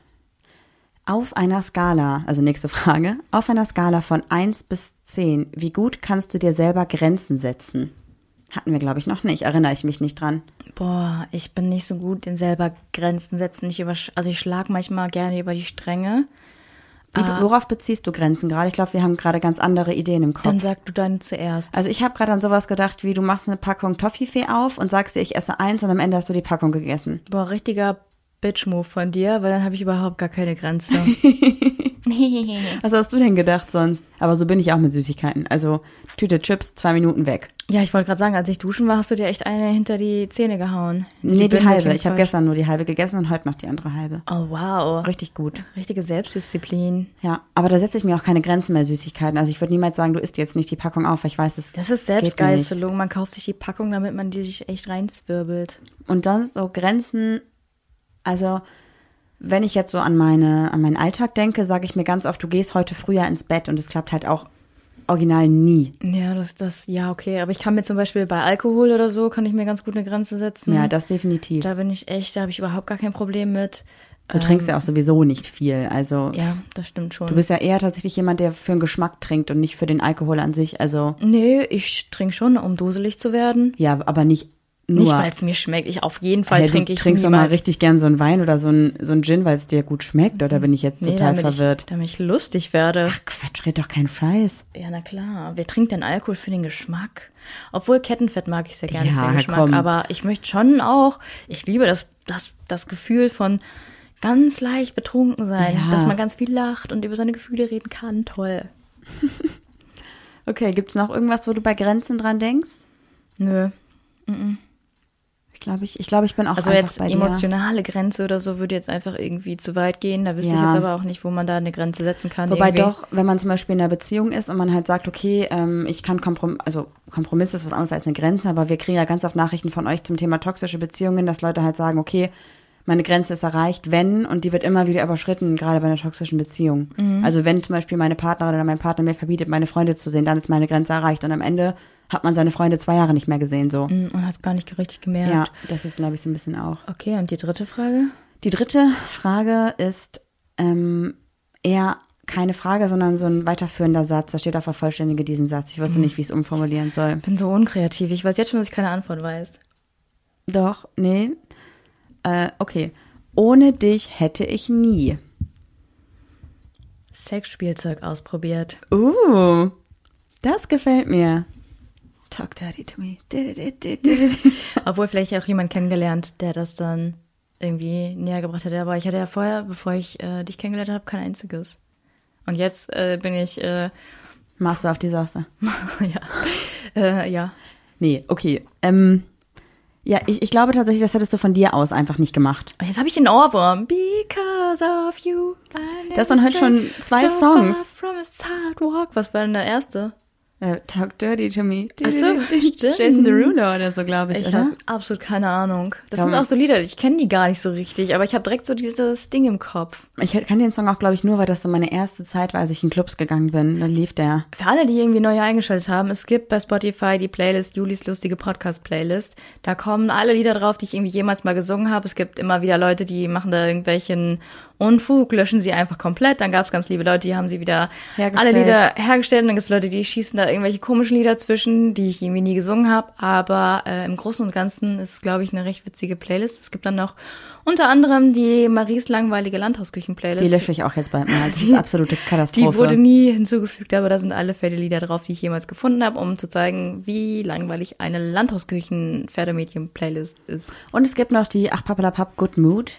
Speaker 2: Auf einer Skala, also nächste Frage, auf einer Skala von 1 bis 10, wie gut kannst du dir selber Grenzen setzen? Hatten wir, glaube ich, noch nicht, erinnere ich mich nicht dran.
Speaker 1: Boah, ich bin nicht so gut in selber Grenzen setzen. Ich über, also ich schlag manchmal gerne über die Stränge.
Speaker 2: Wie,
Speaker 1: Ah.
Speaker 2: Worauf beziehst du Grenzen gerade? Ich glaube, wir haben gerade ganz andere Ideen im
Speaker 1: Dann
Speaker 2: Kopf.
Speaker 1: sag du dann zuerst.
Speaker 2: Also ich habe gerade an sowas gedacht, wie du machst eine Packung Toffifee auf und sagst dir, ich esse eins und am Ende hast du die Packung gegessen.
Speaker 1: Boah, richtiger Bitch-Move von dir, weil dann habe ich überhaupt gar keine Grenze.
Speaker 2: Was hast du denn gedacht sonst? Aber so bin ich auch mit Süßigkeiten. Also Tüte Chips, zwei Minuten weg.
Speaker 1: ja, ich wollte gerade sagen, als ich duschen war, hast du dir echt eine hinter die Zähne gehauen.
Speaker 2: nee, die
Speaker 1: Binde
Speaker 2: halbe.
Speaker 1: klingt
Speaker 2: Ich habe
Speaker 1: falsch.
Speaker 2: gestern nur die halbe gegessen und heute noch die andere halbe.
Speaker 1: Oh, wow.
Speaker 2: Richtig gut.
Speaker 1: Richtige Selbstdisziplin.
Speaker 2: Ja, aber da setze ich mir auch keine Grenzen mehr Süßigkeiten. Also ich würde niemals sagen, du isst jetzt nicht die Packung auf, weil ich weiß, es
Speaker 1: Das ist
Speaker 2: geht nicht.
Speaker 1: Selbstgeißelung. Man kauft sich die Packung, damit man die sich echt reinzwirbelt.
Speaker 2: Und dann so Grenzen, also wenn ich jetzt so an meine an meinen Alltag denke, sage ich mir ganz oft, du gehst heute früher ins Bett und es klappt halt auch original nie.
Speaker 1: Ja, das, das, ja, okay. Aber ich kann mir zum Beispiel bei Alkohol oder so, kann ich mir ganz gut eine Grenze setzen.
Speaker 2: Ja, das definitiv.
Speaker 1: Mhm. Da bin ich echt, da habe ich überhaupt gar kein Problem mit.
Speaker 2: Du trinkst ja auch sowieso nicht viel, also
Speaker 1: ähm, Ja, das stimmt schon.
Speaker 2: du bist ja eher tatsächlich jemand, der für den Geschmack trinkt und nicht für den Alkohol an sich, also
Speaker 1: nee, ich trinke schon, um duselig zu werden.
Speaker 2: ja, aber nicht nur.
Speaker 1: Nicht, weil es mir schmeckt. Ich auf jeden Fall
Speaker 2: Ja,
Speaker 1: trinke
Speaker 2: du
Speaker 1: ich
Speaker 2: trinkst doch mal
Speaker 1: niemals.
Speaker 2: richtig gern so einen Wein oder so einen, so einen Gin, weil es dir gut schmeckt, oder bin ich jetzt
Speaker 1: Mhm. Nee,
Speaker 2: total
Speaker 1: damit
Speaker 2: verwirrt?
Speaker 1: Ich, damit ich lustig werde.
Speaker 2: Ach Quatsch, red doch keinen Scheiß.
Speaker 1: Ja, na klar. Wer trinkt denn Alkohol für den Geschmack? Obwohl Kettenfett mag ich sehr gerne
Speaker 2: Ja,
Speaker 1: für den Geschmack,
Speaker 2: komm.
Speaker 1: aber ich möchte schon auch, ich liebe das, das, das Gefühl von ganz leicht betrunken sein,
Speaker 2: Ja.
Speaker 1: dass man ganz viel lacht und über seine Gefühle reden kann. Toll.
Speaker 2: Okay, gibt's noch irgendwas, wo du bei Grenzen dran denkst?
Speaker 1: Nö.
Speaker 2: Ich glaube, ich, ich, glaube, ich bin auch
Speaker 1: Also
Speaker 2: einfach
Speaker 1: jetzt
Speaker 2: bei dir.
Speaker 1: emotionale Grenze oder so würde jetzt einfach irgendwie zu weit gehen. Da wüsste ich
Speaker 2: Ja.
Speaker 1: jetzt aber auch nicht, wo man da eine Grenze setzen kann.
Speaker 2: Wobei
Speaker 1: irgendwie.
Speaker 2: doch, wenn man zum Beispiel in einer Beziehung ist und man halt sagt, okay, ähm, ich kann Kompromiss, also Kompromiss ist was anderes als eine Grenze, aber wir kriegen ja ganz oft Nachrichten von euch zum Thema toxische Beziehungen, dass Leute halt sagen, okay, meine Grenze ist erreicht, wenn, und die wird immer wieder überschritten, gerade bei einer toxischen Beziehung.
Speaker 1: Mhm.
Speaker 2: Also wenn zum Beispiel meine Partnerin oder mein Partner mir verbietet, meine Freunde zu sehen, dann ist meine Grenze erreicht und am Ende hat man seine Freunde zwei Jahre nicht mehr gesehen, so.
Speaker 1: Und hat gar nicht richtig gemerkt.
Speaker 2: Ja, das ist, glaube ich, so ein bisschen auch.
Speaker 1: Okay, und die dritte Frage?
Speaker 2: Die dritte Frage ist ähm, eher keine Frage, sondern so ein weiterführender Satz. Da steht da vervollständige diesen Satz. Ich wusste nicht, wie ich es umformulieren soll.
Speaker 1: Bin so unkreativ. Ich weiß jetzt schon, dass ich keine Antwort weiß.
Speaker 2: Doch, nee. Äh, okay. Ohne dich hätte ich nie.
Speaker 1: Sexspielzeug ausprobiert.
Speaker 2: Uh, das gefällt mir. Talk dirty to me.
Speaker 1: Obwohl vielleicht auch jemand kennengelernt, der das dann irgendwie näher gebracht hätte. Aber ich hatte ja vorher, bevor ich äh, dich kennengelernt habe, kein einziges. Und jetzt äh, bin ich, äh,
Speaker 2: Machst du auf die Sache.
Speaker 1: ja, äh, ja.
Speaker 2: Nee, okay. Ähm, ja, ich, ich glaube tatsächlich, das hättest du von dir aus einfach nicht gemacht.
Speaker 1: Und jetzt habe ich den Ohrwurm. Because of you. I
Speaker 2: Das sind
Speaker 1: never
Speaker 2: halt schon
Speaker 1: strayed
Speaker 2: zwei
Speaker 1: so
Speaker 2: Songs.
Speaker 1: Far from a sidewalk. Was war denn der erste?
Speaker 2: Äh, talk dirty to me.
Speaker 1: Ach so,
Speaker 2: Jason
Speaker 1: stimmt.
Speaker 2: Derulo oder so, glaube ich,
Speaker 1: Ich
Speaker 2: oder?
Speaker 1: habe absolut keine Ahnung. Das
Speaker 2: Komm.
Speaker 1: sind auch so Lieder, ich kenne die gar nicht so richtig, aber ich habe direkt so dieses Ding im Kopf.
Speaker 2: Ich kann den Song auch, glaube ich, nur, weil das so meine erste Zeit war, als ich in Clubs gegangen bin. Da lief der.
Speaker 1: Für alle, die irgendwie neu eingeschaltet haben, es gibt bei Spotify die Playlist Julis lustige Podcast-Playlist. Da kommen alle Lieder drauf, die ich irgendwie jemals mal gesungen habe. Es gibt immer wieder Leute, die machen da irgendwelchen Unfug, löschen sie einfach komplett. Dann gab es ganz liebe Leute, die haben sie wieder
Speaker 2: Hergestellt.
Speaker 1: alle Lieder hergestellt. Und dann gibt es Leute, die schießen da irgendwelche komischen Lieder zwischen, die ich irgendwie nie gesungen habe. Aber äh, im Großen und Ganzen ist es, glaube ich, eine recht witzige Playlist. Es gibt dann noch unter anderem die Maries langweilige Landhausküchen-Playlist.
Speaker 2: Die lösche ich auch jetzt bald mal. Das ist absolute
Speaker 1: Die
Speaker 2: Katastrophe.
Speaker 1: wurde nie hinzugefügt, aber da sind alle Pferdelieder drauf, die ich jemals gefunden habe, um zu zeigen, wie langweilig eine Landhausküchen-Pferdemädchen-Playlist ist.
Speaker 2: Und es gibt noch die Ach Papalapap Good Mood.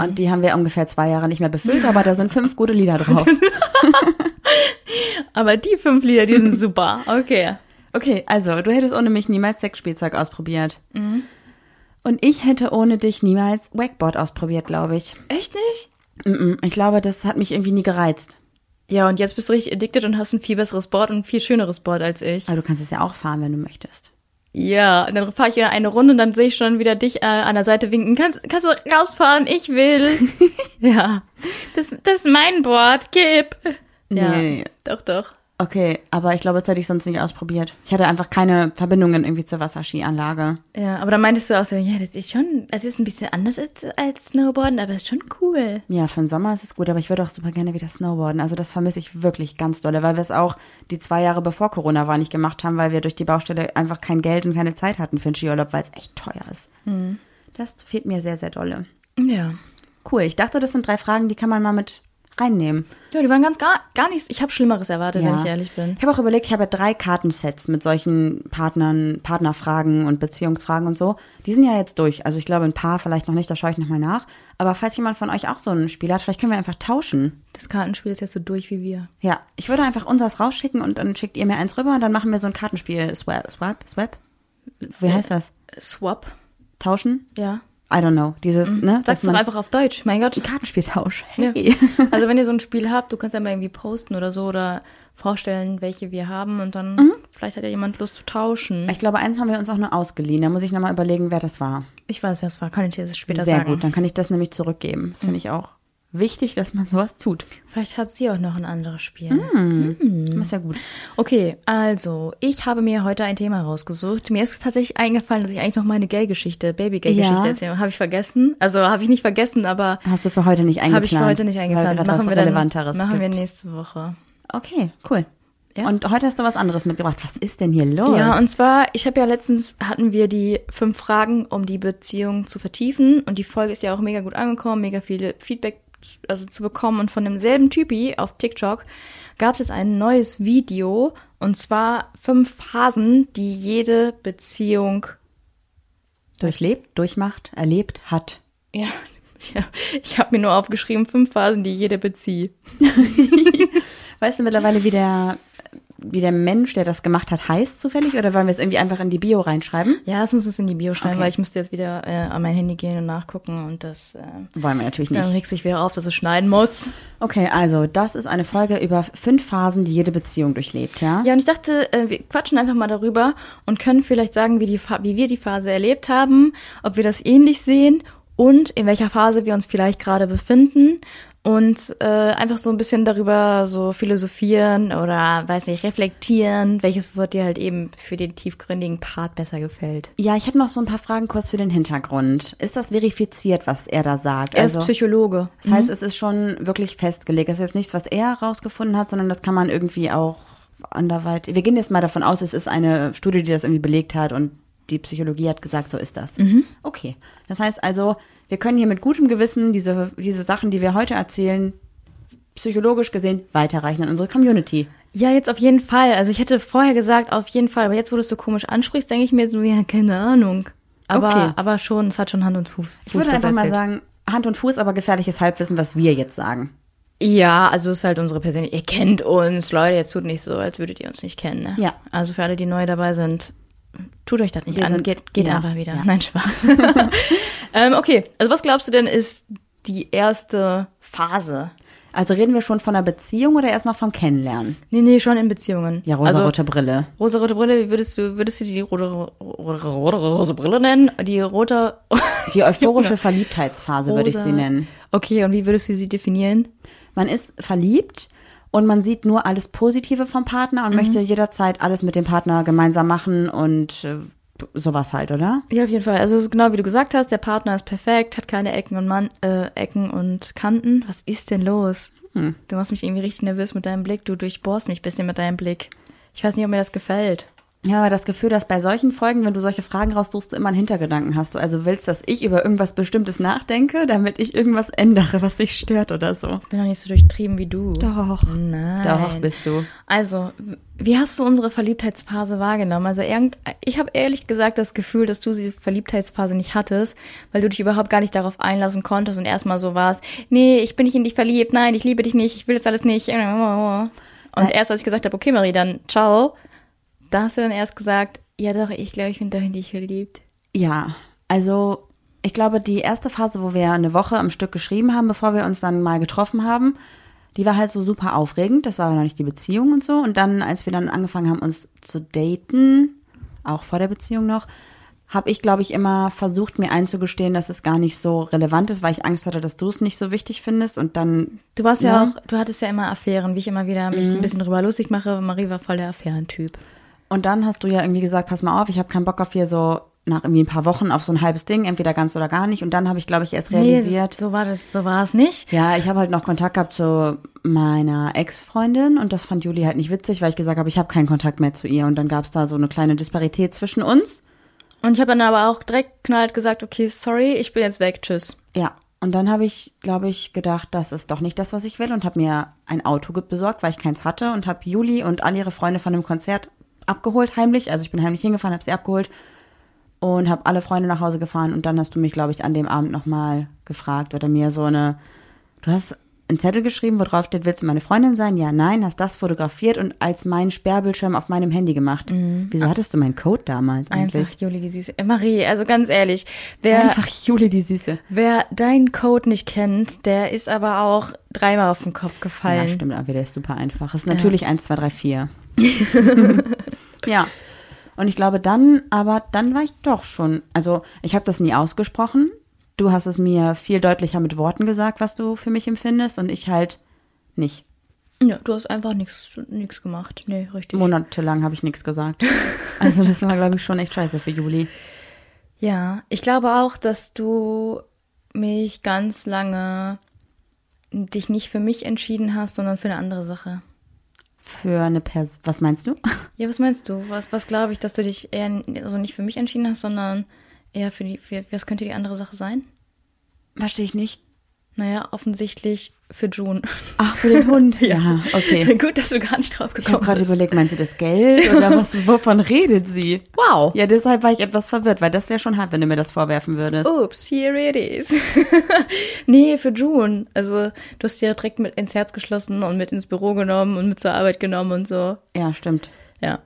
Speaker 2: Und die haben wir ungefähr zwei Jahre nicht mehr befüllt, aber da sind fünf gute Lieder drauf.
Speaker 1: Aber die fünf Lieder, die sind super. Okay.
Speaker 2: Okay, also, du hättest ohne mich niemals Sexspielzeug ausprobiert. Und ich hätte ohne dich niemals Wakeboard ausprobiert, glaube ich.
Speaker 1: Echt nicht?
Speaker 2: Mhm. Ich glaube, das hat mich irgendwie nie gereizt.
Speaker 1: Ja, und jetzt bist du richtig addicted und hast ein viel besseres Board und ein viel schöneres Board als ich.
Speaker 2: Aber du kannst es ja auch fahren, wenn du möchtest.
Speaker 1: Ja, und dann fahre ich ja eine Runde und dann sehe ich schon wieder dich äh, an der Seite winken. Kannst, kannst du rausfahren? Ich will. ja. Das, das ist mein Board. Gib.
Speaker 2: Nee.
Speaker 1: Ja. Doch, doch.
Speaker 2: Okay, aber ich glaube, das hätte ich sonst nicht ausprobiert. Ich hatte einfach keine Verbindungen irgendwie zur Wasserskianlage.
Speaker 1: Ja, aber da meintest du auch so, ja, das ist schon, es ist ein bisschen anders als, als Snowboarden, aber es ist schon cool.
Speaker 2: Ja, für den Sommer ist es gut, aber ich würde auch super gerne wieder snowboarden. Also das vermisse ich wirklich ganz doll, weil wir es auch die zwei Jahre bevor Corona war nicht gemacht haben, weil wir durch die Baustelle einfach kein Geld und keine Zeit hatten für einen Skiurlaub, weil es echt teuer ist. Das fehlt mir sehr, sehr dolle.
Speaker 1: Ja.
Speaker 2: Cool, ich dachte, das sind drei Fragen, die kann man mal mit reinnehmen.
Speaker 1: Ja, die waren ganz gar, gar nicht, ich habe Schlimmeres erwartet, wenn ich ehrlich bin.
Speaker 2: Ich habe auch überlegt, ich habe ja drei Kartensets mit solchen Partnern, Partnerfragen und Beziehungsfragen und so. Die sind ja jetzt durch. Also ich glaube, ein paar vielleicht noch nicht, da schaue ich nochmal nach. Aber falls jemand von euch auch so ein Spiel hat, vielleicht können wir einfach tauschen.
Speaker 1: Das Kartenspiel ist jetzt so durch wie wir.
Speaker 2: Ja, ich würde einfach unseres rausschicken und dann schickt ihr mir eins rüber und dann machen wir so ein Kartenspiel. Swap, swap, swap. Wie heißt das?
Speaker 1: Äh, Swap,
Speaker 2: Tauschen?
Speaker 1: ja.
Speaker 2: I don't know. Dieses, ne?
Speaker 1: Sag's Mhm. doch einfach auf Deutsch, mein Gott.
Speaker 2: Kartenspieltausch.
Speaker 1: Ja.
Speaker 2: Hey.
Speaker 1: Also wenn ihr so ein Spiel habt, du kannst ja mal irgendwie posten oder so oder vorstellen, welche wir haben und dann vielleicht hat ja jemand Lust zu tauschen.
Speaker 2: Ich glaube, eins haben wir uns auch nur ausgeliehen. Da muss ich nochmal überlegen, wer das war.
Speaker 1: Ich weiß, wer es war, kann ich dir das später
Speaker 2: Sehr
Speaker 1: sagen. Mhm.
Speaker 2: gut, dann kann ich das nämlich zurückgeben. Das finde ich auch wichtig, dass man sowas tut.
Speaker 1: Vielleicht hat sie auch noch ein anderes Spiel. Mhm.
Speaker 2: Das ist ja gut.
Speaker 1: Okay, also ich habe mir heute ein Thema rausgesucht. Mir ist tatsächlich eingefallen, dass ich eigentlich noch meine Gay-Geschichte, Baby-Gay-Geschichte
Speaker 2: Ja.
Speaker 1: erzählen. Habe ich vergessen? Also habe ich nicht vergessen, aber
Speaker 2: Hast du für heute nicht eingeplant?
Speaker 1: habe ich für heute nicht
Speaker 2: Weil
Speaker 1: eingeplant.
Speaker 2: gerade was
Speaker 1: Machen wir dann,
Speaker 2: Relevanteres
Speaker 1: machen wir
Speaker 2: gibt.
Speaker 1: nächste Woche.
Speaker 2: Okay, cool.
Speaker 1: Ja.
Speaker 2: Und heute hast du was anderes mitgebracht. Was ist denn hier los?
Speaker 1: Ja, und zwar, ich habe ja letztens, hatten wir die fünf Fragen, um die Beziehung zu vertiefen. Und die Folge ist ja auch mega gut angekommen, mega viele Feedback zu- also zu bekommen. Und von demselben Typi auf TikTok gab es jetzt ein neues Video. Und zwar fünf Phasen, die jede Beziehung
Speaker 2: Durchlebt, durchmacht, erlebt, hat.
Speaker 1: Ja, ich hab- ich habe mir nur aufgeschrieben, fünf Phasen, die jeder bezieht.
Speaker 2: Weißt du mittlerweile, wie der, wie der Mensch, der das gemacht hat, heißt zufällig? Oder wollen wir es irgendwie einfach in die Bio reinschreiben?
Speaker 1: Ja, lass uns das in die Bio schreiben,
Speaker 2: Okay.
Speaker 1: weil ich müsste jetzt wieder äh, an mein Handy gehen und nachgucken und das äh,
Speaker 2: Wollen wir natürlich
Speaker 1: dann
Speaker 2: nicht.
Speaker 1: regst sich wieder auf, dass es schneiden muss.
Speaker 2: Okay, also das ist eine Folge über fünf Phasen, die jede Beziehung durchlebt, ja?
Speaker 1: Ja, und ich dachte, äh, wir quatschen einfach mal darüber und können vielleicht sagen, wie, die, Pha- wie wir die Phase erlebt haben, ob wir das ähnlich sehen und in welcher Phase wir uns vielleicht gerade befinden und äh, einfach so ein bisschen darüber so philosophieren oder, weiß nicht, reflektieren, welches Wort dir halt eben für den tiefgründigen Part besser gefällt.
Speaker 2: Ja, ich hätte noch so ein paar Fragen kurz für den Hintergrund. Ist das verifiziert, was er da sagt? Also,
Speaker 1: Er ist Mhm. Psychologe.
Speaker 2: das heißt, es ist schon wirklich festgelegt. Das ist jetzt nichts, was er rausgefunden hat, sondern das kann man irgendwie auch anderweitig. Wir gehen jetzt mal davon aus, es ist eine Studie, die das irgendwie belegt hat und die Psychologie hat gesagt, so ist das.
Speaker 1: Mhm.
Speaker 2: Okay. Das heißt also, wir können hier mit gutem Gewissen diese, diese Sachen, die wir heute erzählen, psychologisch gesehen weiterreichen an unsere Community.
Speaker 1: Ja, jetzt auf jeden Fall. Also ich hätte vorher gesagt, auf jeden Fall, aber jetzt, wo du es so komisch ansprichst, denke ich mir so, ja, keine Ahnung. Aber,
Speaker 2: Okay.
Speaker 1: aber schon, es hat schon Hand und Fuß.
Speaker 2: Ich würde
Speaker 1: Fuß, was
Speaker 2: einfach mal
Speaker 1: erzählt.
Speaker 2: sagen, Hand und Fuß, aber gefährliches Halbwissen, was wir jetzt sagen.
Speaker 1: Ja, also ist halt unsere persönliche. Ihr kennt uns, Leute, jetzt tut nicht so, als würdet ihr uns nicht kennen. Ne?
Speaker 2: Ja.
Speaker 1: Also für alle, die neu dabei sind, tut euch das nicht
Speaker 2: Wir
Speaker 1: an.
Speaker 2: sind-
Speaker 1: geht geht
Speaker 2: ja,
Speaker 1: einfach wieder.
Speaker 2: ja.
Speaker 1: Nein, Spaß. ähm, okay, also was glaubst du denn ist die erste Phase?
Speaker 2: Also reden wir schon von einer Beziehung oder erst noch vom Kennenlernen?
Speaker 1: Nee, nee, schon in Beziehungen.
Speaker 2: Ja,
Speaker 1: also,
Speaker 2: rosarote Brille.
Speaker 1: Rosa-rote Brille, wie würdest du, würdest du die rote, rote, rote, rote Brille nennen? Die rote.
Speaker 2: Die euphorische Verliebtheitsphase würde ich sie
Speaker 1: rosa-
Speaker 2: nennen.
Speaker 1: Okay, und wie würdest du sie definieren?
Speaker 2: Man ist verliebt und man sieht nur alles Positive vom Partner und möchte jederzeit alles mit dem Partner gemeinsam machen und äh, sowas halt, oder?
Speaker 1: Ja, auf jeden Fall. Also es ist genau wie du gesagt hast, der Partner ist perfekt, hat keine Ecken und Man äh, Ecken und Kanten. Was ist denn los?
Speaker 2: Hm.
Speaker 1: Du machst mich irgendwie richtig nervös mit deinem Blick. Du durchbohrst mich ein bisschen mit deinem Blick. Ich weiß nicht, ob mir das gefällt.
Speaker 2: Ja, aber das Gefühl, dass bei solchen Folgen, wenn du solche Fragen raussuchst, du immer einen Hintergedanken hast. Du also willst, dass ich über irgendwas Bestimmtes nachdenke, damit ich irgendwas ändere, was dich stört oder so.
Speaker 1: Ich bin doch nicht so durchtrieben wie du.
Speaker 2: Doch.
Speaker 1: Nein.
Speaker 2: Doch bist du.
Speaker 1: Also, wie hast du unsere Verliebtheitsphase wahrgenommen? Also, irgend, ich habe ehrlich gesagt das Gefühl, dass du diese Verliebtheitsphase nicht hattest, weil du dich überhaupt gar nicht darauf einlassen konntest und erstmal so warst, nee, ich bin nicht in dich verliebt, nein, ich liebe dich nicht, ich will das alles nicht. Und erst als ich gesagt habe, okay, Marie, dann ciao, da hast du dann erst gesagt, ja doch, ich glaube, ich bin doch in dich verliebt.
Speaker 2: Ja, also ich glaube, die erste Phase, wo wir eine Woche am Stück geschrieben haben, bevor wir uns dann mal getroffen haben, die war halt so super aufregend. Das war aber noch nicht die Beziehung und so. Und dann, als wir dann angefangen haben, uns zu daten, auch vor der Beziehung noch, habe ich, glaube ich, immer versucht, mir einzugestehen, dass es gar nicht so relevant ist, weil ich Angst hatte, dass du es nicht so wichtig findest. Und dann,
Speaker 1: Du warst ja,
Speaker 2: Ja. Mhm.
Speaker 1: auch, du hattest ja immer Affären, wie ich immer wieder mich ein bisschen drüber lustig mache. Marie war voll der Affärentyp.
Speaker 2: und dann hast du ja irgendwie gesagt, pass mal auf, ich habe keinen Bock auf hier so nach irgendwie ein paar Wochen auf so ein halbes Ding, entweder ganz oder gar nicht. Und dann habe ich, glaube ich, erst realisiert.
Speaker 1: Nee, das, so war das, so war es nicht.
Speaker 2: Ja, ich habe halt noch Kontakt gehabt zu meiner Ex-Freundin und das fand Juli halt nicht witzig, weil ich gesagt habe, ich habe keinen Kontakt mehr zu ihr und dann gab's da so eine kleine Disparität zwischen uns.
Speaker 1: Und ich habe dann aber auch direkt knallt gesagt, okay, sorry, ich bin jetzt weg, tschüss.
Speaker 2: Ja, und dann habe ich, glaube ich, gedacht, das ist doch nicht das, was ich will und habe mir ein Auto ge- besorgt, weil ich keins hatte und habe Juli und all ihre Freunde von einem Konzert abgeholt, heimlich. Also ich bin heimlich hingefahren, habe sie abgeholt und habe alle Freunde nach Hause gefahren und dann hast du mich, glaube ich, an dem Abend nochmal gefragt oder mir so eine, du hast einen Zettel geschrieben, wo drauf steht, willst du meine Freundin sein? Ja, nein, hast das fotografiert und als meinen Sperrbildschirm auf meinem Handy gemacht. Wieso hattest du meinen Code damals
Speaker 1: Einfach
Speaker 2: eigentlich?
Speaker 1: Juli die Süße. Äh, Marie, also ganz ehrlich, wer,
Speaker 2: Einfach Juli die Süße.
Speaker 1: wer deinen Code nicht kennt, der ist aber auch dreimal auf den Kopf
Speaker 2: Ja,
Speaker 1: gefallen.
Speaker 2: stimmt, aber der ist super einfach. Ist natürlich 1, 2, 3, 4. ja. Und ich glaube dann, aber dann war ich doch schon, also ich habe das nie ausgesprochen. Du hast es mir viel deutlicher mit Worten gesagt, was du für mich empfindest und ich halt nicht.
Speaker 1: Ja, du hast einfach nichts nichts gemacht. Nee, richtig.
Speaker 2: Monatelang habe ich nichts gesagt. Also das war, glaube ich, schon echt scheiße für Juli.
Speaker 1: Ja, ich glaube auch, dass du mich ganz lange dich nicht für mich entschieden hast, sondern für eine andere Sache.
Speaker 2: für eine Person. Was meinst du?
Speaker 1: Ja, was meinst du? Was, was glaube ich, dass du dich eher n- also nicht für mich entschieden hast, sondern eher für die, für, was könnte die andere Sache sein?
Speaker 2: Verstehe ich nicht.
Speaker 1: Naja, offensichtlich für June.
Speaker 2: Ach, für den Hund. Ah, ja, okay.
Speaker 1: Gut, dass du gar nicht drauf
Speaker 2: Ich habe
Speaker 1: gekommen
Speaker 2: gerade
Speaker 1: bist.
Speaker 2: überlegt, meint sie das Geld oder was, wovon redet sie?
Speaker 1: Wow.
Speaker 2: Ja, deshalb war ich etwas verwirrt, weil das wäre schon hart, wenn du mir das vorwerfen würdest.
Speaker 1: Ups, here it is. nee, für June. Also, du hast dir direkt mit ins Herz geschlossen und mit ins Büro genommen und mit zur Arbeit genommen und so.
Speaker 2: Ja, stimmt.
Speaker 1: Ja.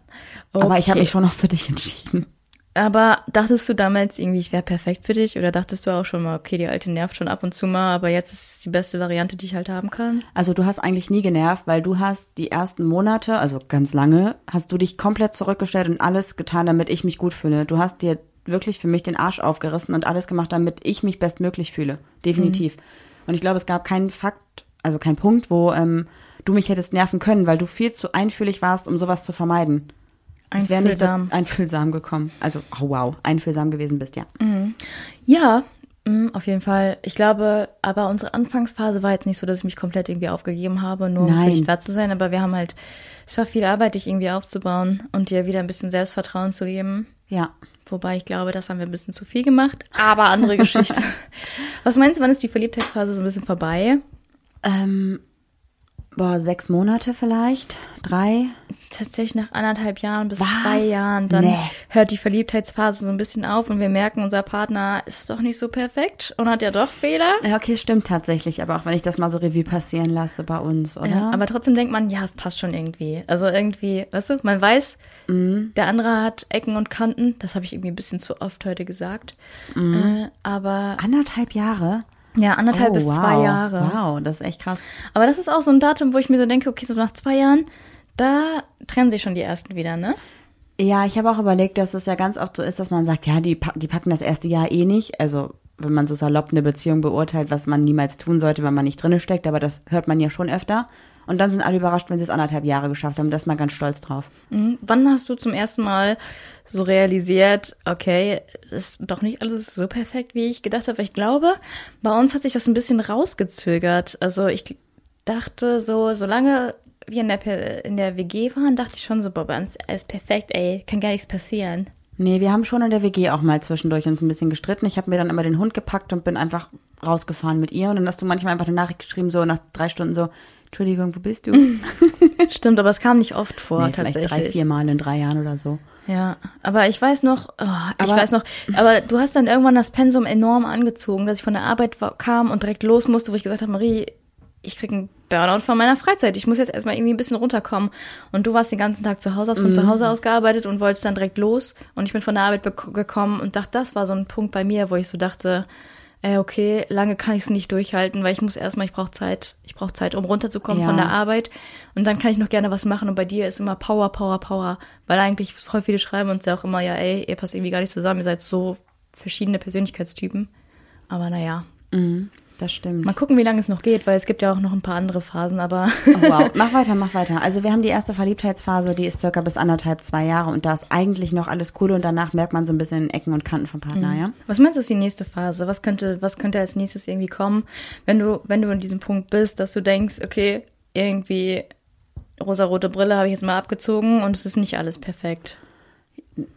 Speaker 2: Aber ich habe
Speaker 1: Okay.
Speaker 2: mich schon noch für dich entschieden.
Speaker 1: Aber dachtest du damals irgendwie, ich wäre perfekt für dich? Oder dachtest du auch schon mal, okay, die alte nervt schon ab und zu mal, aber jetzt ist es die beste Variante, die ich halt haben kann?
Speaker 2: Also du hast eigentlich nie genervt, weil du hast die ersten Monate, also ganz lange, hast du dich komplett zurückgestellt und alles getan, damit ich mich gut fühle. Du hast dir wirklich für mich den Arsch aufgerissen und alles gemacht, damit ich mich bestmöglich fühle. Definitiv. Und ich glaube, es gab keinen Fakt, also keinen Punkt, wo ähm, du mich hättest nerven können, weil du viel zu einfühlig warst, um sowas zu vermeiden. Es wäre nicht so
Speaker 1: Einfühlsam.
Speaker 2: einfühlsam gekommen. Also, oh wow, einfühlsam gewesen bist, ja.
Speaker 1: Ja, mm, auf jeden Fall. Ich glaube, aber unsere Anfangsphase war jetzt nicht so, dass ich mich komplett irgendwie aufgegeben habe, nur um für
Speaker 2: Nein.
Speaker 1: dich da zu sein. Aber wir haben halt, es war viel Arbeit, dich irgendwie aufzubauen und dir wieder ein bisschen Selbstvertrauen zu geben.
Speaker 2: Ja.
Speaker 1: Wobei ich glaube, das haben wir ein bisschen zu viel gemacht. Aber andere Geschichte. Was meinst du, wann ist die Verliebtheitsphase so ein bisschen vorbei?
Speaker 2: Ähm, boah, sechs Monate vielleicht? Drei?
Speaker 1: tatsächlich nach anderthalb Jahren bis
Speaker 2: Was?
Speaker 1: zwei Jahren, dann
Speaker 2: Nee.
Speaker 1: hört die Verliebtheitsphase so ein bisschen auf und wir merken, unser Partner ist doch nicht so perfekt und hat ja doch Fehler.
Speaker 2: Ja, okay, stimmt tatsächlich. Aber auch wenn ich das mal so Revue passieren lasse bei uns, oder?
Speaker 1: Ja, aber trotzdem denkt man, ja, es passt schon irgendwie. Also irgendwie, weißt du, man weiß,
Speaker 2: Mhm.
Speaker 1: der andere hat Ecken und Kanten. Das habe ich irgendwie ein bisschen zu oft heute gesagt. Äh, aber
Speaker 2: anderthalb Jahre?
Speaker 1: ja, anderthalb
Speaker 2: Mhm. Oh,
Speaker 1: bis
Speaker 2: wow.
Speaker 1: zwei Jahre.
Speaker 2: Wow, das ist echt krass.
Speaker 1: Aber das ist auch so ein Datum, wo ich mir so denke, okay, so nach zwei Jahren, da trennen sich schon die ersten wieder, ne?
Speaker 2: Ja, ich habe auch überlegt, dass es ja ganz oft so ist, dass man sagt, ja, die, pa- die packen das erste Jahr eh nicht. Also wenn man so salopp eine Beziehung beurteilt, was man niemals tun sollte, wenn man nicht drinne steckt. Aber das hört man ja schon öfter. Und dann sind alle überrascht, wenn sie es anderthalb Jahre geschafft haben. Da ist man ganz stolz drauf.
Speaker 1: Mhm. Wann hast du zum ersten Mal so realisiert, okay, ist doch nicht alles so perfekt, wie ich gedacht habe? Weil Ich glaube, bei uns hat sich das ein bisschen rausgezögert. Also ich dachte so, solange wir in der, P- in der WG waren, dachte ich schon so, boah, bei uns ist alles perfekt, ey, kann gar nichts passieren.
Speaker 2: Nee, wir haben schon in der WG auch mal zwischendurch uns ein bisschen gestritten. Ich habe mir dann immer den Hund gepackt und bin einfach rausgefahren mit ihr. Und dann hast du manchmal einfach eine Nachricht geschrieben, so nach drei Stunden so, Entschuldigung, wo bist du? Nee,
Speaker 1: Stimmt, aber es kam nicht oft vor, tatsächlich.
Speaker 2: vielleicht drei, vier Mal in drei Jahren oder so.
Speaker 1: Ja, aber ich weiß noch, oh, ich
Speaker 2: Aber-
Speaker 1: weiß noch, aber du hast dann irgendwann das Pensum enorm angezogen, dass ich von der Arbeit wa- kam und direkt los musste, wo ich gesagt habe, Marie, ich krieg einen Burnout von meiner Freizeit. Ich muss jetzt erstmal irgendwie ein bisschen runterkommen. Und du warst den ganzen Tag zu Hause, hast von zu Hause aus gearbeitet und wolltest dann direkt los. Und ich bin von der Arbeit bek- gekommen und dachte, das war so ein Punkt bei mir, wo ich so dachte, ey, okay, lange kann ich es nicht durchhalten, weil ich muss erstmal, ich brauche Zeit, ich brauche Zeit, um runterzukommen von
Speaker 2: Ja.
Speaker 1: der Arbeit und dann kann ich noch gerne was machen und bei dir ist immer Power, Power, Power, weil eigentlich voll viele schreiben uns ja auch immer, ja ey, ihr passt irgendwie gar nicht zusammen, ihr seid so verschiedene Persönlichkeitstypen, aber naja,
Speaker 2: Das stimmt.
Speaker 1: mal gucken, wie lange es noch geht, weil es gibt ja auch noch ein paar andere Phasen, aber
Speaker 2: Oh, wow, mach weiter, mach weiter. Also wir haben die erste Verliebtheitsphase, die ist circa bis anderthalb, zwei Jahre und da ist eigentlich noch alles cool und danach merkt man so ein bisschen Ecken und Kanten vom Partner, ja?
Speaker 1: was meinst du ist die nächste Phase? Was könnte, was könnte als nächstes irgendwie kommen, wenn du, wenn du in diesem Punkt bist, dass du denkst, okay, irgendwie rosarote Brille habe ich jetzt mal abgezogen und es ist nicht alles perfekt.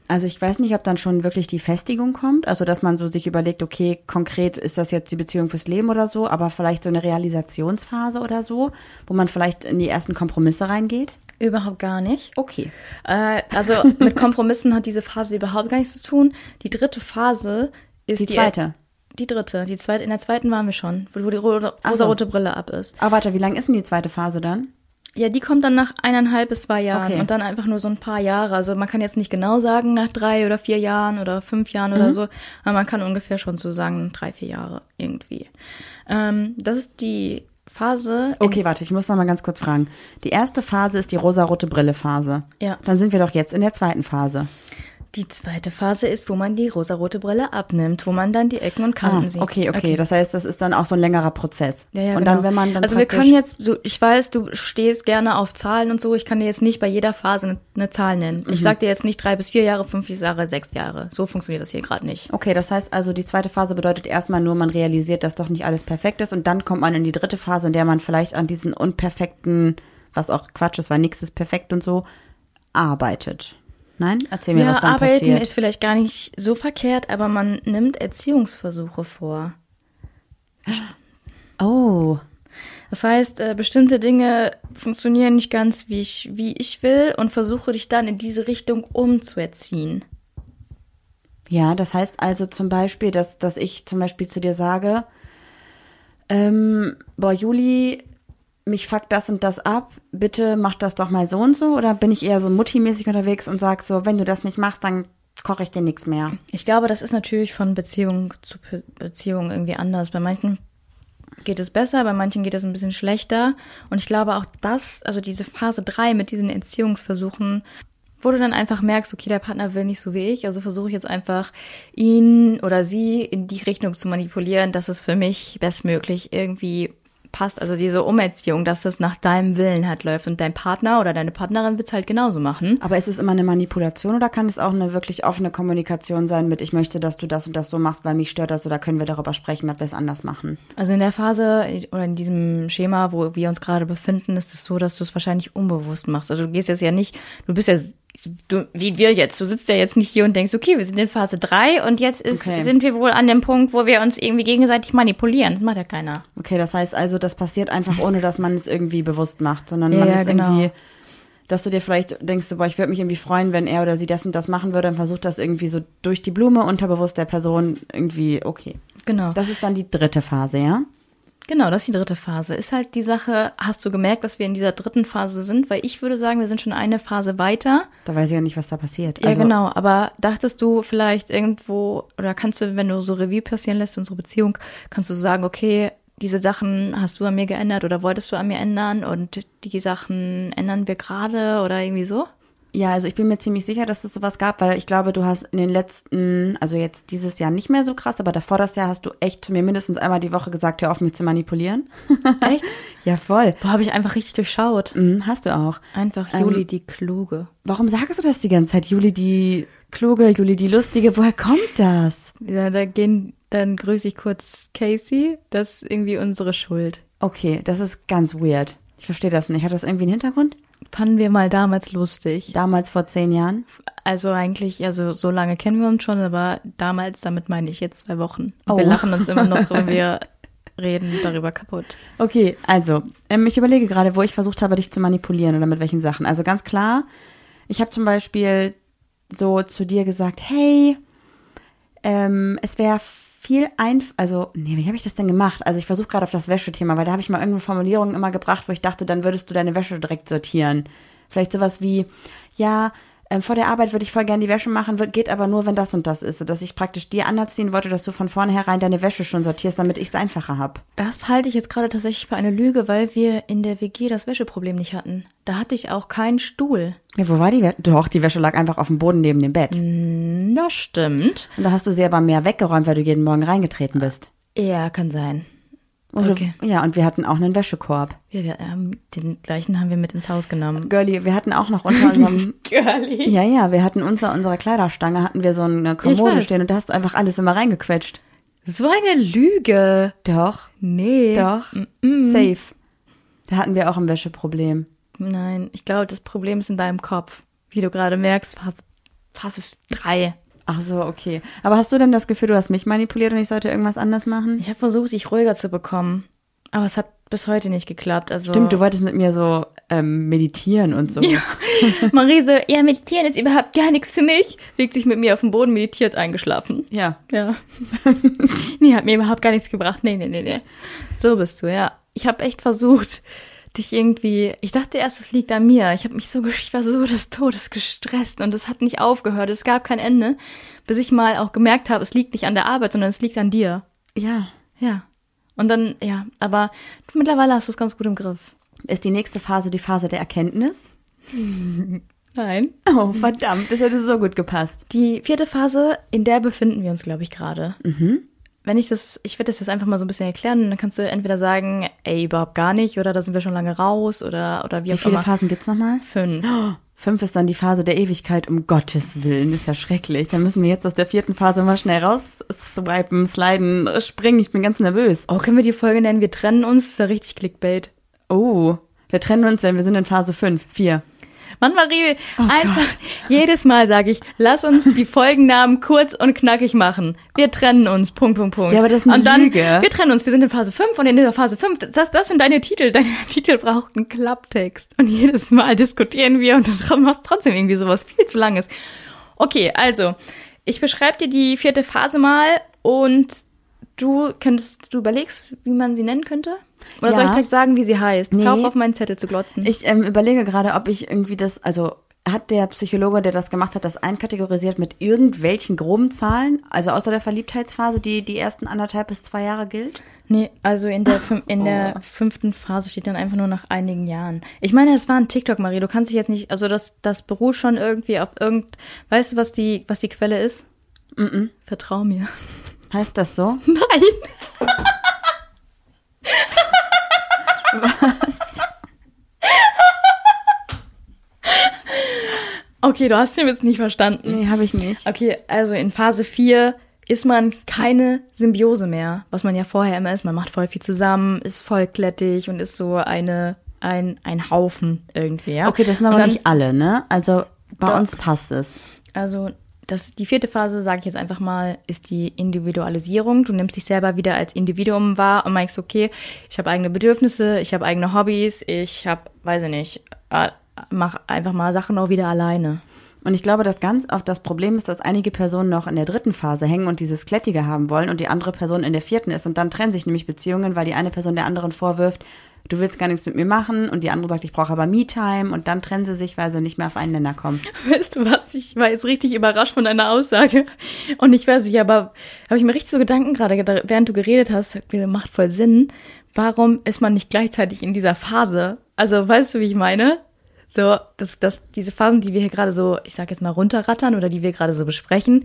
Speaker 2: Also ich weiß nicht, ob dann schon wirklich die Festigung kommt, also dass man so sich überlegt, okay, konkret ist das jetzt die Beziehung fürs Leben oder so, aber vielleicht so eine Realisationsphase oder so, wo man vielleicht in die ersten Kompromisse reingeht.
Speaker 1: Überhaupt gar nicht.
Speaker 2: Okay.
Speaker 1: Äh, also mit Kompromissen hat diese Phase überhaupt gar nichts zu tun. Die dritte Phase ist
Speaker 2: Die zweite.
Speaker 1: Die dritte. Die zweite. In der zweiten waren wir schon, wo wo die ro- rosarote Brille ab ist.
Speaker 2: Aber warte, wie lang ist denn die zweite Phase dann?
Speaker 1: Ja, die kommt dann nach eineinhalb bis zwei Jahren
Speaker 2: Okay.
Speaker 1: und dann einfach nur so ein paar Jahre. Also man kann jetzt nicht genau sagen nach drei oder vier Jahren oder fünf Jahren
Speaker 2: Mhm.
Speaker 1: oder so, aber man kann ungefähr schon so sagen drei, vier Jahre irgendwie. Ähm, das ist die Phase. in-
Speaker 2: Okay, warte, ich muss noch mal ganz kurz fragen. Die erste Phase ist die rosarote Brille Phase.
Speaker 1: Ja.
Speaker 2: Dann sind wir doch jetzt in der zweiten Phase.
Speaker 1: Die zweite Phase ist, wo man die rosarote Brille abnimmt, wo man dann die Ecken und Kanten
Speaker 2: Ah,
Speaker 1: sieht.
Speaker 2: Okay, okay, Das heißt, das ist dann auch so ein längerer Prozess.
Speaker 1: Ja, ja,
Speaker 2: und
Speaker 1: genau.
Speaker 2: dann, wenn man dann
Speaker 1: also wir
Speaker 2: praktisch-
Speaker 1: können jetzt, du, ich weiß, du stehst gerne auf Zahlen und so. Ich kann dir jetzt nicht bei jeder Phase eine, eine Zahl nennen.
Speaker 2: Mhm.
Speaker 1: Ich sag dir jetzt nicht drei bis vier Jahre, fünf Jahre, sechs Jahre. So funktioniert das hier gerade nicht.
Speaker 2: Okay, das heißt also, die zweite Phase bedeutet erstmal nur, man realisiert, dass doch nicht alles perfekt ist und dann kommt man in die dritte Phase, in der man vielleicht an diesen unperfekten was auch Quatsch ist, weil nichts ist perfekt und so, arbeitet. Nein? Erzähl mir,
Speaker 1: ja,
Speaker 2: was dann
Speaker 1: arbeiten
Speaker 2: passiert.
Speaker 1: ist vielleicht gar nicht so verkehrt, aber man nimmt Erziehungsversuche vor.
Speaker 2: oh,
Speaker 1: Das heißt, äh, bestimmte Dinge funktionieren nicht ganz, wie ich, wie ich will und versuche dich dann in diese Richtung umzuerziehen.
Speaker 2: Ja, das heißt also zum Beispiel, dass, dass ich zum Beispiel zu dir sage, ähm, boah, Juli, mich fuckt das und das ab, bitte mach das doch mal so und so, oder bin ich eher so mutti-mäßig unterwegs und sag so, wenn du das nicht machst, dann koche ich dir nichts mehr.
Speaker 1: Ich glaube, das ist natürlich von Beziehung zu Pe- Beziehung irgendwie anders. Bei manchen geht es besser, bei manchen geht es ein bisschen schlechter. Und ich glaube auch das, also diese Phase 3 mit diesen Entziehungsversuchen, wo du dann einfach merkst, okay, der Partner will nicht so wie ich, also versuche ich jetzt einfach ihn oder sie in die Richtung zu manipulieren, dass es für mich bestmöglich irgendwie passt. Also diese Umerziehung, dass es nach deinem Willen halt läuft und dein Partner oder deine Partnerin wird es halt genauso machen.
Speaker 2: Aber ist es immer eine Manipulation oder kann es auch eine wirklich offene Kommunikation sein mit, ich möchte, dass du das und das so machst, weil mich stört das oder können wir darüber sprechen, ob wir es anders machen?
Speaker 1: Also in der Phase oder in diesem Schema, wo wir uns gerade befinden, ist es so, dass du es wahrscheinlich unbewusst machst. Also du gehst jetzt ja nicht, du bist ja du, wie wir jetzt, du sitzt ja jetzt nicht hier und denkst, okay, wir sind in Phase 3 und jetzt ist,
Speaker 2: Okay.
Speaker 1: sind wir wohl an dem Punkt, wo wir uns irgendwie gegenseitig manipulieren. Das macht ja keiner.
Speaker 2: Okay, das heißt also, das passiert einfach, ohne dass man es irgendwie bewusst macht, sondern man
Speaker 1: Ja,
Speaker 2: ist
Speaker 1: genau.
Speaker 2: irgendwie, dass du dir vielleicht denkst, so, boah, ich würde mich irgendwie freuen, wenn er oder sie das und das machen würde und versucht das irgendwie so durch die Blume unterbewusst der Person irgendwie, okay.
Speaker 1: Genau.
Speaker 2: Das ist dann die dritte Phase, ja?
Speaker 1: Genau, das ist die dritte Phase. Ist halt die Sache, hast du gemerkt, dass wir in dieser dritten Phase sind? Weil ich würde sagen, wir sind schon eine Phase weiter.
Speaker 2: Da weiß ich ja nicht, was da passiert.
Speaker 1: Ja,
Speaker 2: Also,
Speaker 1: genau. Aber dachtest du vielleicht irgendwo, oder kannst du, wenn du so Revue passieren lässt, unsere Beziehung, kannst du sagen, okay, diese Sachen hast du an mir geändert oder wolltest du an mir ändern und die Sachen ändern wir gerade oder irgendwie so?
Speaker 2: Ja, also ich bin mir ziemlich sicher, dass es sowas gab, weil ich glaube, du hast in den letzten, also jetzt dieses Jahr nicht mehr so krass, aber davor das Jahr hast du echt zu mir mindestens einmal die Woche gesagt, hör auf, mich zu manipulieren.
Speaker 1: Echt?
Speaker 2: ja, voll.
Speaker 1: Boah, habe ich einfach richtig durchschaut.
Speaker 2: Mhm, hast du auch.
Speaker 1: Einfach
Speaker 2: Ähm,
Speaker 1: Juli, die Kluge.
Speaker 2: Warum sagst du das die ganze Zeit? Juli die Kluge, Juli die Lustige, woher kommt das?
Speaker 1: Ja, da gehen, dann grüße ich kurz Casey. Das ist irgendwie unsere Schuld.
Speaker 2: Okay, das ist ganz weird. Ich verstehe das nicht. Hat das irgendwie einen Hintergrund?
Speaker 1: Fanden wir mal damals lustig.
Speaker 2: Damals vor zehn Jahren?
Speaker 1: Also eigentlich, also so lange kennen wir uns schon, aber damals, damit meine ich jetzt zwei Wochen. Und Wir
Speaker 2: Oh.
Speaker 1: lachen uns immer noch, wenn wir reden darüber kaputt.
Speaker 2: Okay, also, ähm, ich überlege gerade, wo ich versucht habe, dich zu manipulieren oder mit welchen Sachen. Also ganz klar, ich habe zum Beispiel so zu dir gesagt, hey, ähm, es wäre viel einfach, also, nee, wie habe ich das denn gemacht? Also ich versuche gerade auf das Wäschethema, weil da habe ich mal irgendeine Formulierung immer gebracht, wo ich dachte, dann würdest du deine Wäsche direkt sortieren. Vielleicht sowas wie, ja, ähm, vor der Arbeit würde ich voll gerne die Wäsche machen, wird, geht aber nur, wenn das und das ist, sodass ich praktisch dir anerziehen wollte, dass du von vornherein deine Wäsche schon sortierst, damit ich es einfacher habe.
Speaker 1: Das halte ich jetzt gerade tatsächlich für eine Lüge, weil wir in der WG das Wäscheproblem nicht hatten. Da hatte ich auch keinen Stuhl.
Speaker 2: Ja, wo war die Wäsche? Doch, die Wäsche lag einfach auf dem Boden neben dem Bett.
Speaker 1: Mhm. Das stimmt.
Speaker 2: Und da hast du sie aber mehr weggeräumt, weil du jeden Morgen reingetreten bist.
Speaker 1: Ja, kann sein.
Speaker 2: Und
Speaker 1: Ah, Okay.
Speaker 2: Du, ja, und wir hatten auch einen Wäschekorb.
Speaker 1: Wir, wir haben den gleichen haben wir mit ins Haus genommen.
Speaker 2: Girlie, wir hatten auch noch unter unserem... Girlie. Ja, ja, wir hatten unter unserer Kleiderstange hatten wir so eine Kommode
Speaker 1: weiß.
Speaker 2: stehen und da hast du einfach alles immer reingequetscht.
Speaker 1: So eine Lüge.
Speaker 2: Doch,
Speaker 1: Nee.
Speaker 2: doch,
Speaker 1: Mm,
Speaker 2: safe. Da hatten wir auch ein Wäscheproblem.
Speaker 1: Nein, ich glaube, das Problem ist in deinem Kopf. Wie du gerade merkst, Phase- Phase 3.
Speaker 2: Ach so, okay. Aber hast du denn das Gefühl, du hast mich manipuliert und ich sollte irgendwas anders machen?
Speaker 1: Ich habe versucht, dich ruhiger zu bekommen, aber es hat bis heute nicht geklappt. Also
Speaker 2: Stimmt, du wolltest mit mir so ähm, meditieren und so.
Speaker 1: Ja. Marie so, ja, meditieren ist überhaupt gar nichts für mich. Legt sich mit mir auf den Boden, meditiert, eingeschlafen.
Speaker 2: ja.
Speaker 1: Ja. nee, hat mir überhaupt gar nichts gebracht. Nee, nee, nee, nee. So bist du, ja. Ich habe echt versucht, dich irgendwie, ich dachte erst, es liegt an mir. Ich habe mich so, gesch- ich war so des Todes gestresst und es hat nicht aufgehört. Es gab kein Ende, bis ich mal auch gemerkt habe, es liegt nicht an der Arbeit, sondern es liegt an dir.
Speaker 2: Ja.
Speaker 1: Ja. Und dann, ja, aber mittlerweile hast du es ganz gut im Griff.
Speaker 2: Ist die nächste Phase die Phase der Erkenntnis?
Speaker 1: Nein.
Speaker 2: Oh, verdammt, das hätte so gut gepasst.
Speaker 1: Die vierte Phase, in der befinden wir uns, glaube ich, gerade. Wenn ich das, ich werde das jetzt einfach mal so ein bisschen erklären, dann kannst du entweder sagen, ey, überhaupt gar nicht, oder da sind wir schon lange raus, oder, oder wie
Speaker 2: Wie
Speaker 1: auch
Speaker 2: viele
Speaker 1: immer.
Speaker 2: Phasen gibt's nochmal?
Speaker 1: Fünf.
Speaker 2: Fünf ist dann die Phase der Ewigkeit, um Gottes Willen, ist ja schrecklich. Dann müssen wir jetzt aus der vierten Phase mal schnell raus swipen, sliden, springen. Ich bin ganz nervös.
Speaker 1: Oh, können wir die Folge nennen? Wir trennen uns, ist ja richtig Clickbait.
Speaker 2: Oh, Wir trennen uns, wenn wir sind in Phase 5, 4.
Speaker 1: Mann, Marie,
Speaker 2: Oh
Speaker 1: einfach jedes Mal sage ich, lass uns die Folgennamen kurz und knackig machen. Wir trennen uns, Punkt, Punkt, Punkt.
Speaker 2: Ja, aber das ist eine
Speaker 1: Und dann,
Speaker 2: Lüge.
Speaker 1: wir trennen uns, wir sind in Phase 5 und in dieser Phase 5, das, das sind deine Titel. Deine Titel braucht einen Klapptext. Und jedes Mal diskutieren wir und du machst trotzdem irgendwie sowas viel zu langes. Okay, also, ich beschreibe dir die vierte Phase mal und du könntest, du überlegst, wie man sie nennen könnte? Oder
Speaker 2: Ja.
Speaker 1: soll ich direkt sagen, wie sie heißt?
Speaker 2: Nee.
Speaker 1: Hör auf, auf meinen Zettel zu glotzen.
Speaker 2: Ich ähm, überlege gerade, ob ich irgendwie das, also hat der Psychologe, der das gemacht hat, das einkategorisiert mit irgendwelchen groben Zahlen? Also außer der Verliebtheitsphase, die die ersten anderthalb bis zwei Jahre gilt?
Speaker 1: Nee, also in der, fün- in der fünften Phase steht dann einfach nur nach einigen Jahren. Ich meine, es war ein TikTok, Marie. Du kannst dich jetzt nicht, also das, das beruht schon irgendwie auf irgend, weißt du, was die, was die Quelle ist? Mm Vertrau mir.
Speaker 2: Heißt das so?
Speaker 1: Nein. Was? okay, du hast den jetzt nicht verstanden.
Speaker 2: Nee, habe ich nicht.
Speaker 1: Okay, also in Phase 4 ist man keine Symbiose mehr, was man ja vorher immer ist. Man macht voll viel zusammen, ist voll klettig und ist so eine, ein, ein Haufen irgendwie, ja.
Speaker 2: Okay, das sind
Speaker 1: Und
Speaker 2: aber
Speaker 1: dann-
Speaker 2: nicht alle, ne? Also bei
Speaker 1: Doch.
Speaker 2: uns passt es.
Speaker 1: Also das, die vierte Phase, sage ich jetzt einfach mal, ist die Individualisierung. Du nimmst dich selber wieder als Individuum wahr und merkst, okay, ich habe eigene Bedürfnisse, ich habe eigene Hobbys, ich habe, weiß ich nicht, äh, mach einfach mal Sachen auch wieder alleine.
Speaker 2: Und ich glaube, dass ganz oft das Problem ist, dass einige Personen noch in der dritten Phase hängen und dieses Klettige haben wollen und die andere Person in der vierten ist. Und dann trennen sich nämlich Beziehungen, weil die eine Person der anderen vorwirft, du willst gar nichts mit mir machen und die andere sagt, ich brauche aber Me-Time und dann trennen sie sich, weil sie nicht mehr auf einen Nenner kommen.
Speaker 1: Weißt du was? Ich war jetzt richtig überrascht von deiner Aussage. Und ich war so, ja, aber habe ich mir richtig so Gedanken gerade, geda- während du geredet hast, hat mir- macht voll Sinn. Warum ist man nicht gleichzeitig in dieser Phase? Also, weißt du, wie ich meine? So, dass, dass diese Phasen, die wir hier gerade so, ich sag jetzt mal runterrattern oder die wir gerade so besprechen,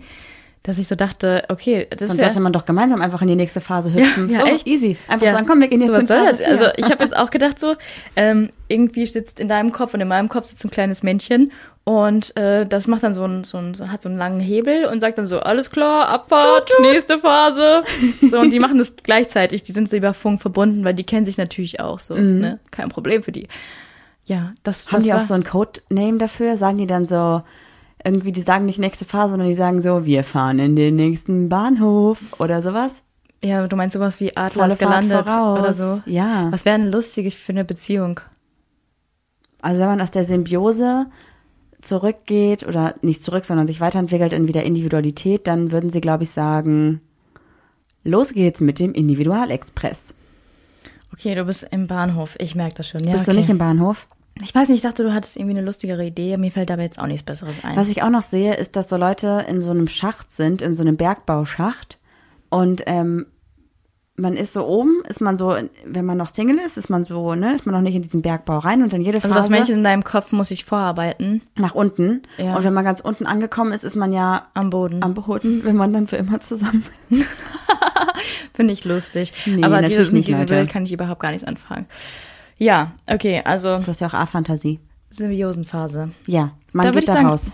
Speaker 1: dass ich so dachte, okay, das
Speaker 2: Dann
Speaker 1: ist ja,
Speaker 2: sollte man doch gemeinsam einfach in die nächste Phase hüpfen.
Speaker 1: ja,
Speaker 2: so,
Speaker 1: echt.
Speaker 2: easy. Einfach
Speaker 1: Ja.
Speaker 2: sagen, komm, wir gehen jetzt
Speaker 1: so, was
Speaker 2: in
Speaker 1: soll
Speaker 2: Phase
Speaker 1: das?
Speaker 2: vier.
Speaker 1: Also ich habe jetzt auch gedacht so, ähm, irgendwie sitzt in deinem Kopf und in meinem Kopf sitzt ein kleines Männchen und äh, das macht dann so einen, so einen, so- hat so einen langen Hebel und sagt dann so, alles klar, Abfahrt, nächste Phase. So, und die machen das gleichzeitig, die sind so über Funk verbunden, weil die kennen sich natürlich auch so, ne? Kein Problem für die. Ja, das,
Speaker 2: Mhm. Haben
Speaker 1: das
Speaker 2: die
Speaker 1: war,
Speaker 2: auch so einen Codename dafür? Sagen die dann so, irgendwie, die sagen nicht nächste Phase, sondern die sagen so, wir fahren in den nächsten Bahnhof oder sowas?
Speaker 1: ja, du meinst sowas wie
Speaker 2: Volle
Speaker 1: Atlas
Speaker 2: Fahrt
Speaker 1: gelandet
Speaker 2: voraus.
Speaker 1: oder so.
Speaker 2: Ja.
Speaker 1: Was wäre denn lustig für eine Beziehung?
Speaker 2: Also wenn man aus der Symbiose zurückgeht oder nicht zurück, sondern sich weiterentwickelt in wieder Individualität, dann würden sie, glaube ich, sagen, los geht's mit dem Individualexpress.
Speaker 1: Okay, du bist im Bahnhof. Ich merke das schon. Ja,
Speaker 2: Bist
Speaker 1: okay.
Speaker 2: du nicht im Bahnhof?
Speaker 1: Ich weiß nicht, ich dachte, du hattest irgendwie eine lustigere Idee. Mir fällt dabei jetzt auch nichts Besseres ein.
Speaker 2: Was ich auch noch sehe, ist, dass so Leute in so einem Schacht sind, in so einem Bergbauschacht und ähm, man ist so oben, ist man so, wenn man noch Single ist, ist man so, ne, ist man noch nicht in diesen Bergbau rein und dann jede Phase
Speaker 1: also das Männchen in deinem Kopf muss sich vorarbeiten
Speaker 2: nach unten.
Speaker 1: Ja.
Speaker 2: Und wenn man ganz unten angekommen ist, ist man ja
Speaker 1: am Boden.
Speaker 2: am Boden, wenn man dann für immer zusammen
Speaker 1: Finde ich lustig.
Speaker 2: Nee,
Speaker 1: Aber
Speaker 2: natürlich
Speaker 1: diese,
Speaker 2: nicht,
Speaker 1: mit diesem
Speaker 2: Leute.
Speaker 1: Bild kann ich überhaupt gar nichts anfangen. Ja, okay, also
Speaker 2: Du hast ja auch A-Fantasie.
Speaker 1: Symbiosenphase.
Speaker 2: Ja, man
Speaker 1: Da würd ich
Speaker 2: geht da
Speaker 1: sagen-
Speaker 2: raus.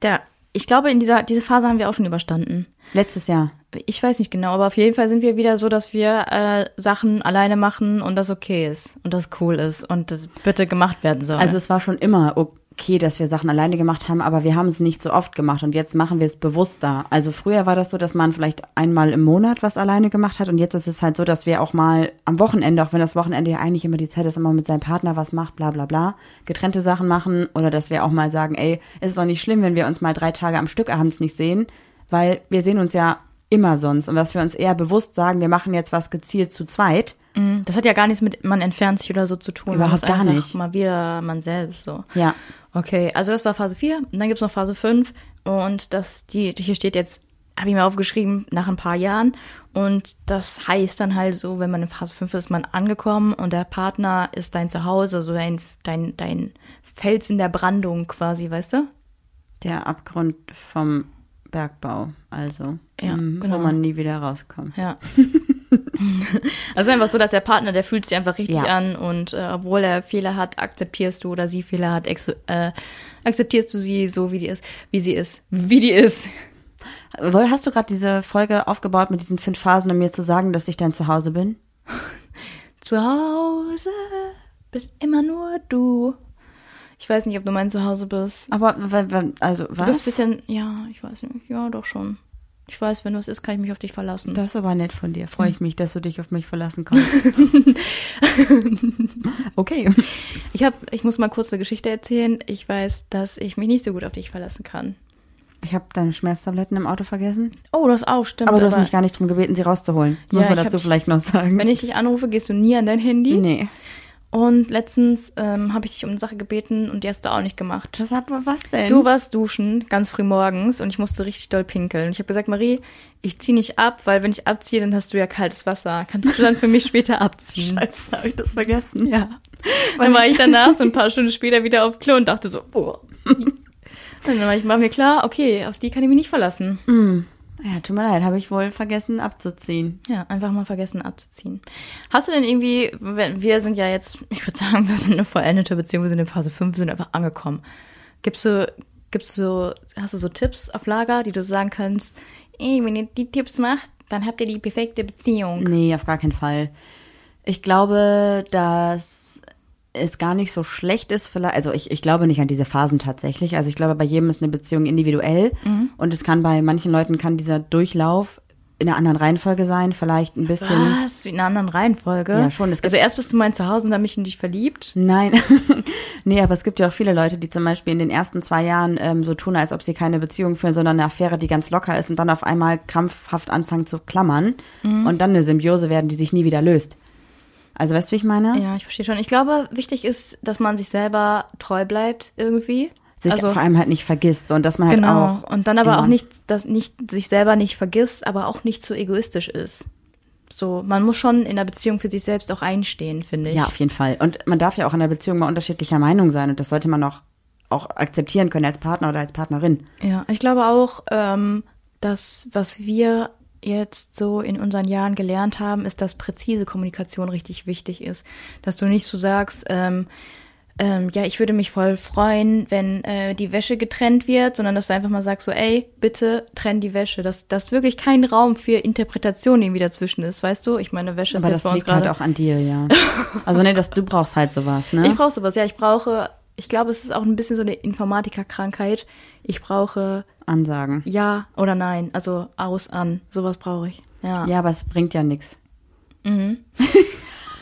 Speaker 1: Da, ich glaube, in dieser diese Phase haben wir auch schon überstanden.
Speaker 2: Letztes Jahr.
Speaker 1: Ich weiß nicht genau, aber auf jeden Fall sind wir wieder so, dass wir äh, Sachen alleine machen und das okay ist und das cool ist und das bitte gemacht werden soll.
Speaker 2: Also es war schon immer okay, dass wir Sachen alleine gemacht haben, aber wir haben es nicht so oft gemacht und jetzt machen wir es bewusster. Also früher war das so, dass man vielleicht einmal im Monat was alleine gemacht hat und jetzt ist es halt so, dass wir auch mal am Wochenende, auch wenn das Wochenende ja eigentlich immer die Zeit ist, immer mit seinem Partner was macht, bla bla bla, getrennte Sachen machen oder dass wir auch mal sagen, ey, es ist doch nicht schlimm, wenn wir uns mal drei Tage am Stück abends nicht sehen, weil wir sehen uns ja immer sonst und dass wir uns eher bewusst sagen, wir machen jetzt was gezielt zu zweit.
Speaker 1: Mm, das hat ja gar nichts mit man entfernt sich oder so zu tun.
Speaker 2: Überhaupt
Speaker 1: man ist
Speaker 2: gar
Speaker 1: einfach
Speaker 2: nicht.
Speaker 1: Mal wieder man selbst so.
Speaker 2: Ja.
Speaker 1: Okay, also das war Phase 4, und dann gibt's noch Phase 5 und das, die, hier steht jetzt, habe ich mir aufgeschrieben, nach ein paar Jahren und das heißt dann halt so, wenn man in Phase 5 ist, man angekommen und der Partner ist dein Zuhause, so dein, dein, dein Fels in der Brandung quasi, weißt du?
Speaker 2: Der Abgrund vom Bergbau, also
Speaker 1: Ja,
Speaker 2: mhm,
Speaker 1: genau.
Speaker 2: wo man nie wieder rauskommt.
Speaker 1: Ja. also einfach so, dass der Partner, der fühlt sich einfach richtig
Speaker 2: Ja.
Speaker 1: an und äh, obwohl er Fehler hat, akzeptierst du oder sie Fehler hat, ex- äh, akzeptierst du sie so, wie die ist, wie sie ist, wie die ist.
Speaker 2: Woll, Hast du gerade diese Folge aufgebaut mit diesen fünf Phasen, um mir zu sagen, dass ich dein Zuhause bin?
Speaker 1: Zu Hause bist immer nur du. Ich weiß nicht, ob du mein Zuhause bist.
Speaker 2: Aber, w- w- also,
Speaker 1: Du bist ein
Speaker 2: was?
Speaker 1: bisschen, ja, ich weiß nicht, ja, doch schon. Ich weiß, wenn was ist, kann ich mich auf dich verlassen.
Speaker 2: Das ist aber nett von dir. Freue ich mich, dass du dich auf mich verlassen kannst. okay.
Speaker 1: Ich hab, ich muss mal kurz eine Geschichte erzählen. Ich weiß, dass ich mich nicht so gut auf dich verlassen kann.
Speaker 2: Ich habe deine Schmerztabletten im Auto vergessen.
Speaker 1: Oh, das auch, stimmt.
Speaker 2: Aber du hast mich gar nicht darum gebeten, sie rauszuholen. Muss
Speaker 1: Ja,
Speaker 2: man
Speaker 1: ich
Speaker 2: dazu
Speaker 1: hab-
Speaker 2: vielleicht noch sagen.
Speaker 1: Wenn ich dich anrufe, gehst du nie an dein Handy.
Speaker 2: nee.
Speaker 1: Und letztens ähm, habe ich dich um eine Sache gebeten und die hast du auch nicht gemacht.
Speaker 2: Das hat was denn?
Speaker 1: Du warst duschen, ganz früh morgens, und ich musste richtig doll pinkeln. Und ich habe gesagt, Marie, ich ziehe nicht ab, weil wenn ich abziehe, dann hast du ja kaltes Wasser. Kannst du dann für mich später abziehen?
Speaker 2: Scheiße, habe ich das vergessen.
Speaker 1: Ja. Dann war ich danach so ein paar Stunden später wieder auf Klo und dachte so, boah. Dann war ich war mir klar, okay, auf die kann ich mich nicht verlassen.
Speaker 2: Ja, tut mir leid, habe ich wohl vergessen abzuziehen.
Speaker 1: Ja, einfach mal vergessen abzuziehen. Hast du denn irgendwie, wenn- wir sind ja jetzt, ich würde sagen, wir sind eine vollendete Beziehung, wir sind in Phase 5, wir sind einfach angekommen. Gibst du, gibst du, hast du so Tipps auf Lager, die du sagen kannst, ey, wenn ihr die Tipps macht, dann habt ihr die perfekte Beziehung.
Speaker 2: Nee, auf gar keinen Fall. Ich glaube, dass es gar nicht so schlecht ist, vielleicht, also ich, ich glaube nicht an diese Phasen tatsächlich. Also ich glaube, bei jedem ist eine Beziehung individuell und es kann bei manchen Leuten kann dieser Durchlauf in einer anderen Reihenfolge sein, vielleicht ein bisschen.
Speaker 1: Was? Wie in einer anderen Reihenfolge?
Speaker 2: Ja, schon, es gibt-
Speaker 1: Also erst bist du mein Zuhause und dann bin ich in dich verliebt.
Speaker 2: Nein, nee, aber es gibt ja auch viele Leute, die zum Beispiel in den ersten zwei Jahren ähm, so tun, als ob sie keine Beziehung führen, sondern eine Affäre, die ganz locker ist und dann auf einmal krampfhaft anfangen zu klammern und dann eine Symbiose werden, die sich nie wieder löst. Also weißt du, wie ich meine?
Speaker 1: Ja, ich verstehe schon. Ich glaube, wichtig ist, dass man sich selber treu bleibt irgendwie.
Speaker 2: Sich
Speaker 1: also,
Speaker 2: vor allem halt nicht vergisst so, und dass man halt
Speaker 1: genau.
Speaker 2: auch.
Speaker 1: und dann aber
Speaker 2: ja.
Speaker 1: auch nicht, dass nicht sich selber nicht vergisst, aber auch nicht so egoistisch ist. So, man muss schon in der Beziehung für sich selbst auch einstehen, finde ich.
Speaker 2: Ja, auf jeden Fall. Und man darf ja auch in der Beziehung mal unterschiedlicher Meinung sein und das sollte man auch, auch akzeptieren können als Partner oder als Partnerin.
Speaker 1: Ja, ich glaube auch, ähm, dass was wir jetzt so in unseren Jahren gelernt haben, ist, dass präzise Kommunikation richtig wichtig ist. Dass du nicht so sagst, ähm, ähm, ja, ich würde mich voll freuen, wenn äh, die Wäsche getrennt wird, sondern dass du einfach mal sagst, so, ey, bitte trenn die Wäsche. Dass, dass wirklich kein Raum für Interpretation irgendwie dazwischen ist, weißt du? Ich meine, Wäsche
Speaker 2: Aber
Speaker 1: ist jetzt
Speaker 2: das
Speaker 1: bei uns
Speaker 2: liegt halt
Speaker 1: gerade.
Speaker 2: auch an dir, ja. Also nee, das, du brauchst halt sowas, ne?
Speaker 1: Ich brauche sowas, ja, ich brauche, ich glaube, es ist auch ein bisschen so eine Informatikerkrankheit. Ich brauche
Speaker 2: Ansagen.
Speaker 1: ja oder nein, also aus, an, sowas brauche ich. Ja.
Speaker 2: Ja, aber es bringt ja nichts.
Speaker 1: Mhm.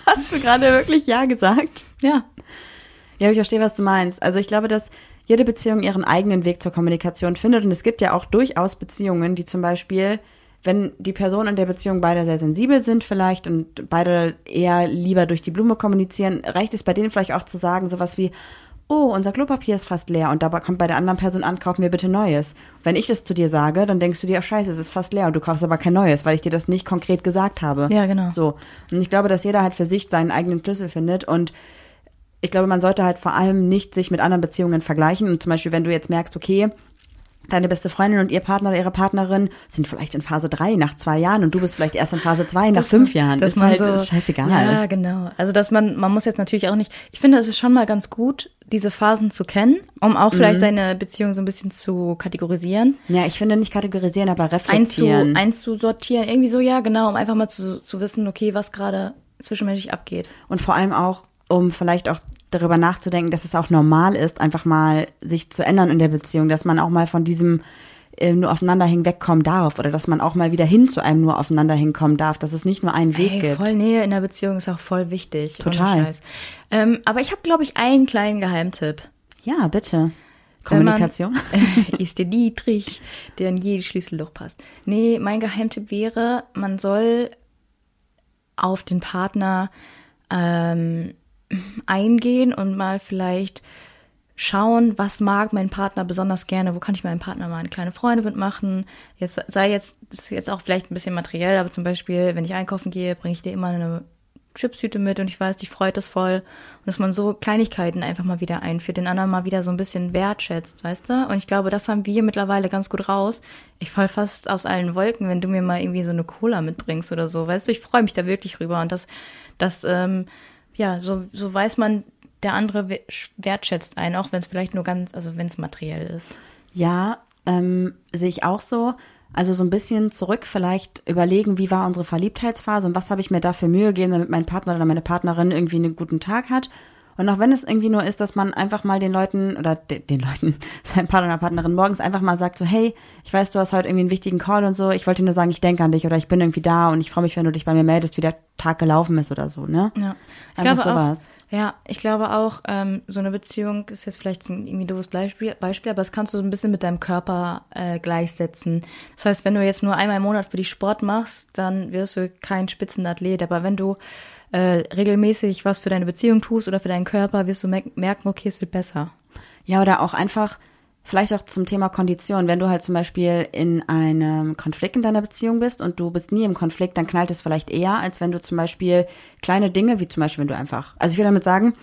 Speaker 2: Hast du gerade wirklich Ja gesagt?
Speaker 1: ja.
Speaker 2: Ja, ich verstehe, was du meinst. Also ich glaube, dass jede Beziehung ihren eigenen Weg zur Kommunikation findet. Und es gibt ja auch durchaus Beziehungen, die zum Beispiel, wenn die Person in der Beziehung beide sehr sensibel sind vielleicht und beide eher lieber durch die Blume kommunizieren, reicht es bei denen vielleicht auch zu sagen, sowas wie, oh, unser Klopapier ist fast leer und dabei kommt bei der anderen Person an, kauf mir bitte Neues. Wenn ich das zu dir sage, dann denkst du dir, oh, scheiße, es ist fast leer und du kaufst aber kein Neues, weil ich dir das nicht konkret gesagt habe.
Speaker 1: Ja, genau.
Speaker 2: So. Und ich glaube, dass jeder halt für sich seinen eigenen Schlüssel findet und ich glaube, man sollte halt vor allem nicht sich mit anderen Beziehungen vergleichen. Und zum Beispiel, wenn du jetzt merkst, okay, deine beste Freundin und ihr Partner oder ihre Partnerin sind vielleicht in Phase 3 nach zwei Jahren und du bist vielleicht erst in Phase 2 nach fünf Jahren.
Speaker 1: Dass
Speaker 2: ist
Speaker 1: man
Speaker 2: halt
Speaker 1: so-
Speaker 2: ist scheißegal.
Speaker 1: Ja, genau. Also, dass man, man muss jetzt natürlich auch nicht, ich finde, es ist schon mal ganz gut, diese Phasen zu kennen, um auch
Speaker 2: Mhm.
Speaker 1: vielleicht seine Beziehung so ein bisschen zu kategorisieren,
Speaker 2: Ja, ich finde nicht kategorisieren, aber
Speaker 1: einzu,
Speaker 2: reflektieren.
Speaker 1: einzusortieren, irgendwie so, ja, genau, um einfach mal zu, zu wissen, okay, was gerade zwischenmenschlich abgeht.
Speaker 2: und vor allem auch, um vielleicht auch darüber nachzudenken, dass es auch normal ist, einfach mal sich zu ändern in der Beziehung, dass man auch mal von diesem äh, nur aufeinander hinwegkommen darf oder dass man auch mal wieder hin zu einem nur aufeinander hinkommen darf, dass es nicht nur einen Weg
Speaker 1: Ey,
Speaker 2: gibt.
Speaker 1: voll Nähe in der Beziehung ist auch voll wichtig. ohne
Speaker 2: Total.
Speaker 1: Scheiß. Ähm, aber ich habe, glaube ich, einen kleinen Geheimtipp.
Speaker 2: Ja, bitte.
Speaker 1: Wenn man-
Speaker 2: Kommunikation.
Speaker 1: ist der Dietrich, der in jedes Schlüsselloch passt. Nee, mein Geheimtipp wäre, man soll auf den Partner ähm, eingehen und mal vielleicht schauen, was mag mein Partner besonders gerne, wo kann ich meinem Partner mal eine kleine Freunde mitmachen. Jetzt sei jetzt, das ist jetzt auch vielleicht ein bisschen materiell, aber zum Beispiel, wenn ich einkaufen gehe, bringe ich dir immer eine Chipstüte mit und ich weiß, dich freut das voll. Und dass man so Kleinigkeiten einfach mal wieder einführt, den anderen mal wieder so ein bisschen wertschätzt, weißt du? Und ich glaube, das haben wir mittlerweile ganz gut raus. Ich fall fast aus allen Wolken, wenn du mir mal irgendwie so eine Cola mitbringst oder so, weißt du? Ich freue mich da wirklich rüber und das, das, ähm, ja, so, so weiß man, der andere we- sch- wertschätzt einen, auch wenn es vielleicht nur ganz, also wenn es materiell ist.
Speaker 2: Ja, ähm, sehe ich auch so. Also so ein bisschen zurück vielleicht überlegen, wie war unsere Verliebtheitsphase und was habe ich mir da für Mühe gegeben, damit mein Partner oder meine Partnerin irgendwie einen guten Tag hat. Und auch wenn es irgendwie nur ist, dass man einfach mal den Leuten oder de den Leuten, seinem Partner oder Partnerin morgens einfach mal sagt so, hey, ich weiß, du hast heute irgendwie einen wichtigen Call und so, ich wollte dir nur sagen, ich denke an dich oder ich bin irgendwie da und ich freue mich, wenn du dich bei mir meldest, wie der Tag gelaufen ist oder so, ne?
Speaker 1: Ja. Ich glaube
Speaker 2: Einfach
Speaker 1: auch,
Speaker 2: sowas.
Speaker 1: ja, ich glaube auch, ähm, so eine Beziehung ist jetzt vielleicht ein irgendwie doofes Beispiel, Beispiel, aber das kannst du so ein bisschen mit deinem Körper äh, gleichsetzen. Das heißt, wenn du jetzt nur einmal im Monat für dich Sport machst, dann wirst du kein Spitzenathlet. Aber wenn du äh, regelmäßig was für deine Beziehung tust oder für deinen Körper, wirst du mer merken, okay, es wird besser.
Speaker 2: Ja, oder auch einfach, vielleicht auch zum Thema Kondition. Wenn du halt zum Beispiel in einem Konflikt in deiner Beziehung bist und du bist nie im Konflikt, dann knallt es vielleicht eher, als wenn du zum Beispiel kleine Dinge, wie zum Beispiel, wenn du einfach, also ich will damit sagen,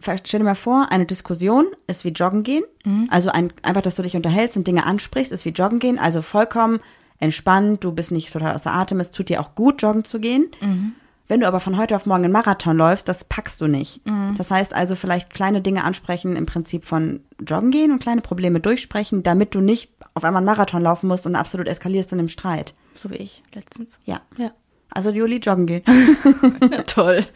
Speaker 2: ver- stell dir mal vor, eine Diskussion ist wie Joggen gehen. Also ein, einfach, dass du dich unterhältst und Dinge ansprichst, ist wie Joggen gehen. Also vollkommen entspannt, du bist nicht total außer Atem, es tut dir auch gut, joggen zu gehen. Wenn du aber von heute auf morgen einen Marathon läufst, das packst du nicht. Das heißt also vielleicht kleine Dinge ansprechen, im Prinzip von Joggen gehen und kleine Probleme durchsprechen, damit du nicht auf einmal einen Marathon laufen musst und absolut eskalierst in einem Streit.
Speaker 1: So wie ich letztens.
Speaker 2: Ja.
Speaker 1: Ja.
Speaker 2: Also Juli joggen gehen.
Speaker 1: Toll.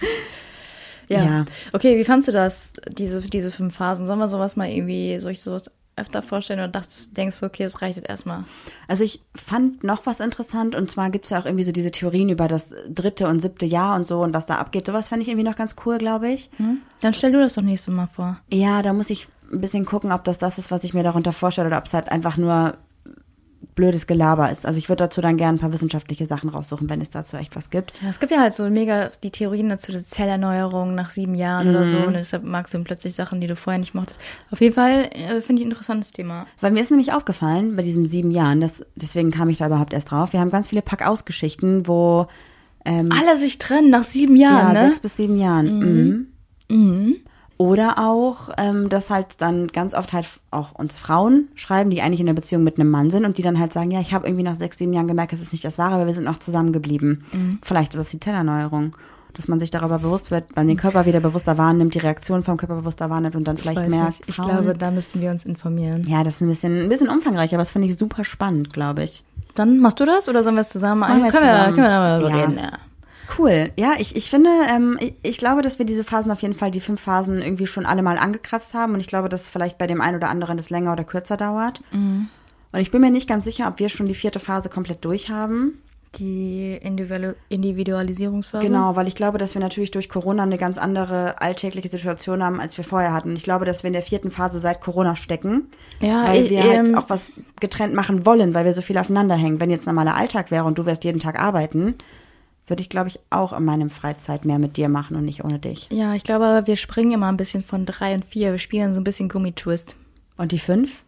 Speaker 1: Ja.
Speaker 2: Ja.
Speaker 1: Okay, wie fandst du das, diese, diese fünf Phasen? Sollen wir sowas mal irgendwie, soll ich sowas öfter vorstellen oder dachtest, denkst du, okay, das reicht jetzt erstmal?
Speaker 2: Also ich fand noch was interessant und zwar gibt's ja auch irgendwie so diese Theorien über das dritte und siebte Jahr und so und was da abgeht. Sowas fand ich irgendwie noch ganz cool, glaube ich.
Speaker 1: Hm? Dann stell du das doch nächstes Mal vor.
Speaker 2: Ja, da muss ich ein bisschen gucken, ob das das ist, was ich mir darunter vorstelle oder ob es halt einfach nur blödes Gelaber ist. Also ich würde dazu dann gerne ein paar wissenschaftliche Sachen raussuchen, wenn es dazu echt was gibt.
Speaker 1: Ja, es gibt ja halt so mega die Theorien dazu, die Zellerneuerung nach sieben Jahren oder so. Und deshalb magst du dann plötzlich Sachen, die du vorher nicht mochtest. Auf jeden Fall äh, finde ich ein interessantes Thema.
Speaker 2: Weil mir ist nämlich aufgefallen, bei diesen sieben Jahren, das, deswegen kam ich da überhaupt erst drauf, wir haben ganz viele Pack-Aus-Geschichten, wo
Speaker 1: Alle sich trennen nach sieben
Speaker 2: ja,
Speaker 1: Jahren, ne? Mhm.
Speaker 2: sechs bis sieben Jahren. Mhm. Oder auch, ähm, dass halt dann ganz oft halt auch uns Frauen schreiben, die eigentlich in einer Beziehung mit einem Mann sind und die dann halt sagen, ja, ich habe irgendwie nach sechs, sieben Jahren gemerkt, es ist nicht das Wahre, aber wir sind noch zusammengeblieben.
Speaker 1: Mhm.
Speaker 2: Vielleicht ist das die Zellerneuerung, dass man sich darüber bewusst wird, man den Körper wieder bewusster wahrnimmt, die Reaktion vom Körper bewusster wahrnimmt und dann vielleicht
Speaker 1: Weiß
Speaker 2: merkt,
Speaker 1: nicht. Ich
Speaker 2: Frauen-
Speaker 1: glaube, da müssten wir uns informieren.
Speaker 2: ja, das ist ein bisschen, ein bisschen umfangreich, aber das finde ich super spannend, glaube ich.
Speaker 1: Dann machst du das oder sollen wir es zusammen?
Speaker 2: Machen wir
Speaker 1: können,
Speaker 2: zusammen.
Speaker 1: Wir, können wir darüber
Speaker 2: Ja.
Speaker 1: reden, ja.
Speaker 2: Cool. Ja, ich, ich finde, ähm, ich, ich glaube, dass wir diese Phasen auf jeden Fall, die fünf Phasen irgendwie schon alle mal angekratzt haben. Und ich glaube, dass vielleicht bei dem einen oder anderen das länger oder kürzer dauert. Und ich bin mir nicht ganz sicher, ob wir schon die vierte Phase komplett durch haben.
Speaker 1: Die Individual Individualisierungsphase.
Speaker 2: Genau, weil ich glaube, dass wir natürlich durch Corona eine ganz andere alltägliche Situation haben, als wir vorher hatten. Und ich glaube, dass wir in der vierten Phase seit Corona stecken,
Speaker 1: Ja,
Speaker 2: weil
Speaker 1: ich-
Speaker 2: wir halt
Speaker 1: ähm,
Speaker 2: auch was getrennt machen wollen, weil wir so viel aufeinander hängen. Wenn jetzt normaler Alltag wäre und du wärst jeden Tag arbeiten, würde ich, glaube ich, auch in meinem Freizeit mehr mit dir machen und nicht ohne dich.
Speaker 1: Ja, ich glaube, wir springen immer ein bisschen von drei und vier. Wir spielen so ein bisschen Gummitwist.
Speaker 2: Und die fünf?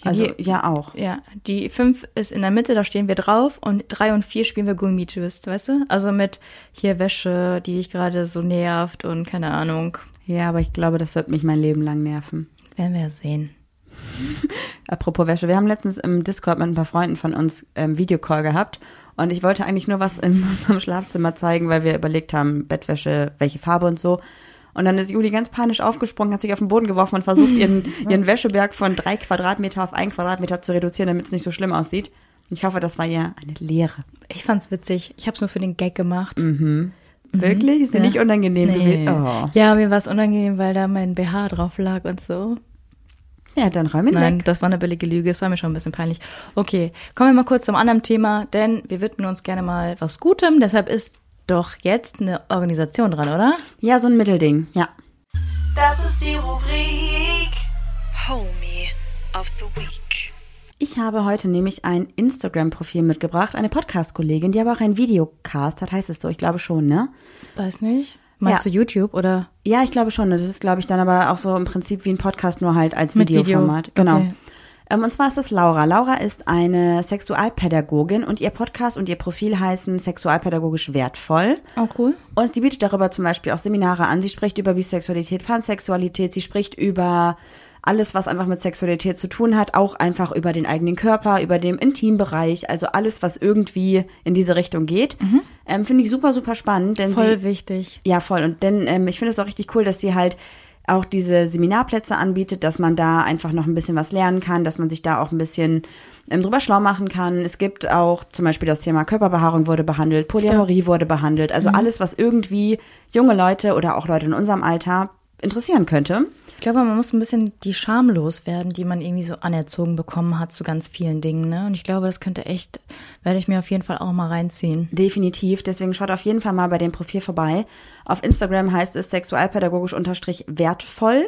Speaker 1: Ja,
Speaker 2: also
Speaker 1: die-
Speaker 2: ja auch.
Speaker 1: Ja, die fünf ist in der Mitte, da stehen wir drauf und drei und vier spielen wir Gummitwist, weißt du? Also mit hier Wäsche, die dich gerade so nervt und keine Ahnung.
Speaker 2: Ja, aber ich glaube, das wird mich mein Leben lang nerven.
Speaker 1: Werden wir ja sehen.
Speaker 2: Apropos Wäsche, wir haben letztens im Discord mit ein paar Freunden von uns ähm, Videocall gehabt und ich wollte eigentlich nur was in unserem Schlafzimmer zeigen, weil wir überlegt haben, Bettwäsche, welche Farbe und so. Und dann ist Juli ganz panisch aufgesprungen, hat sich auf den Boden geworfen und versucht, ihren, ihren Wäscheberg von drei Quadratmeter auf einen Quadratmeter zu reduzieren, damit es nicht so schlimm aussieht. Ich hoffe, das war ja eine Lehre.
Speaker 1: Ich fand's witzig. Ich hab's nur für den Gag gemacht.
Speaker 2: Mhm, Wirklich? Ist dir
Speaker 1: Mhm. Ja.
Speaker 2: nicht unangenehm
Speaker 1: Nee.
Speaker 2: gewesen? Oh.
Speaker 1: Ja, mir war's unangenehm, weil da mein BH drauf lag und so.
Speaker 2: Ja, dann räum ihn
Speaker 1: Nein,
Speaker 2: weg.
Speaker 1: das war eine billige Lüge. Es war mir schon ein bisschen peinlich. Okay, kommen wir mal kurz zum anderen Thema, denn wir widmen uns gerne mal was Gutem. Deshalb ist doch jetzt eine Organisation dran, oder?
Speaker 2: Ja, so ein Mittelding, ja.
Speaker 4: Das ist die Rubrik Homie of the Week.
Speaker 2: Ich habe heute nämlich ein Instagram-Profil mitgebracht, eine Podcast-Kollegin, die aber auch einen Videocast hat, heißt es so, ich glaube schon, ne?
Speaker 1: Weiß nicht. Meinst
Speaker 2: Ja.
Speaker 1: du YouTube oder?
Speaker 2: Ja, ich glaube schon. Das ist, glaube ich, dann aber auch so im Prinzip wie ein Podcast, nur halt als
Speaker 1: Mit Video.
Speaker 2: Videoformat. Genau.
Speaker 1: Okay.
Speaker 2: Ähm, und zwar ist das Laura. Laura ist eine Sexualpädagogin und ihr Podcast und ihr Profil heißen Sexualpädagogisch wertvoll.
Speaker 1: Oh, cool.
Speaker 2: Und sie bietet darüber zum Beispiel auch Seminare an. Sie spricht über Bisexualität, Pansexualität. Sie spricht über alles, was einfach mit Sexualität zu tun hat. Auch einfach über den eigenen Körper, über den Intimbereich. Also alles, was irgendwie in diese Richtung geht. Ähm, Finde ich super, super spannend. Denn
Speaker 1: Voll
Speaker 2: sie,
Speaker 1: wichtig.
Speaker 2: ja, voll. Und denn ähm, ich finde es auch richtig cool, dass sie halt auch diese Seminarplätze anbietet, dass man da einfach noch ein bisschen was lernen kann, dass man sich da auch ein bisschen ähm, drüber schlau machen kann. Es gibt auch zum Beispiel das Thema Körperbehaarung wurde behandelt, Polyamorie wurde behandelt, also alles, was irgendwie junge Leute oder auch Leute in unserem Alter interessieren könnte.
Speaker 1: Ich glaube, man muss ein bisschen die Scham loswerden, die man irgendwie so anerzogen bekommen hat zu ganz vielen Dingen. Ne? Und ich glaube, das könnte echt, werde ich mir auf jeden Fall auch mal reinziehen.
Speaker 2: Definitiv. Deswegen schaut auf jeden Fall mal bei dem Profil vorbei. Auf Instagram heißt es sexualpädagogisch unterstrich wertvoll.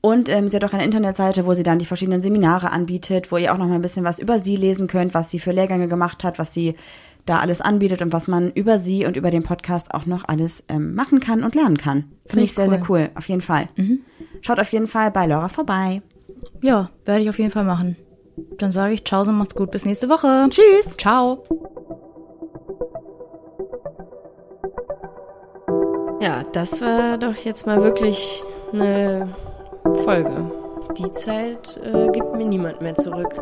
Speaker 2: Und ähm, sie hat auch eine Internetseite, wo sie dann die verschiedenen Seminare anbietet, wo ihr auch noch mal ein bisschen was über sie lesen könnt, was sie für Lehrgänge gemacht hat, was sie da alles anbietet und was man über sie und über den Podcast auch noch alles ähm, machen kann und lernen kann. Finde ich
Speaker 1: ich
Speaker 2: sehr,
Speaker 1: cool. Mhm.
Speaker 2: sehr cool. Auf jeden Fall. Schaut auf jeden Fall bei Laura vorbei.
Speaker 1: Ja, werde ich auf jeden Fall machen. Dann sage ich Ciao und macht's gut. Bis nächste Woche.
Speaker 2: Tschüss!
Speaker 1: Ciao.
Speaker 5: Ja, das war doch jetzt mal wirklich eine Folge. Die Zeit äh, gibt mir niemand mehr zurück.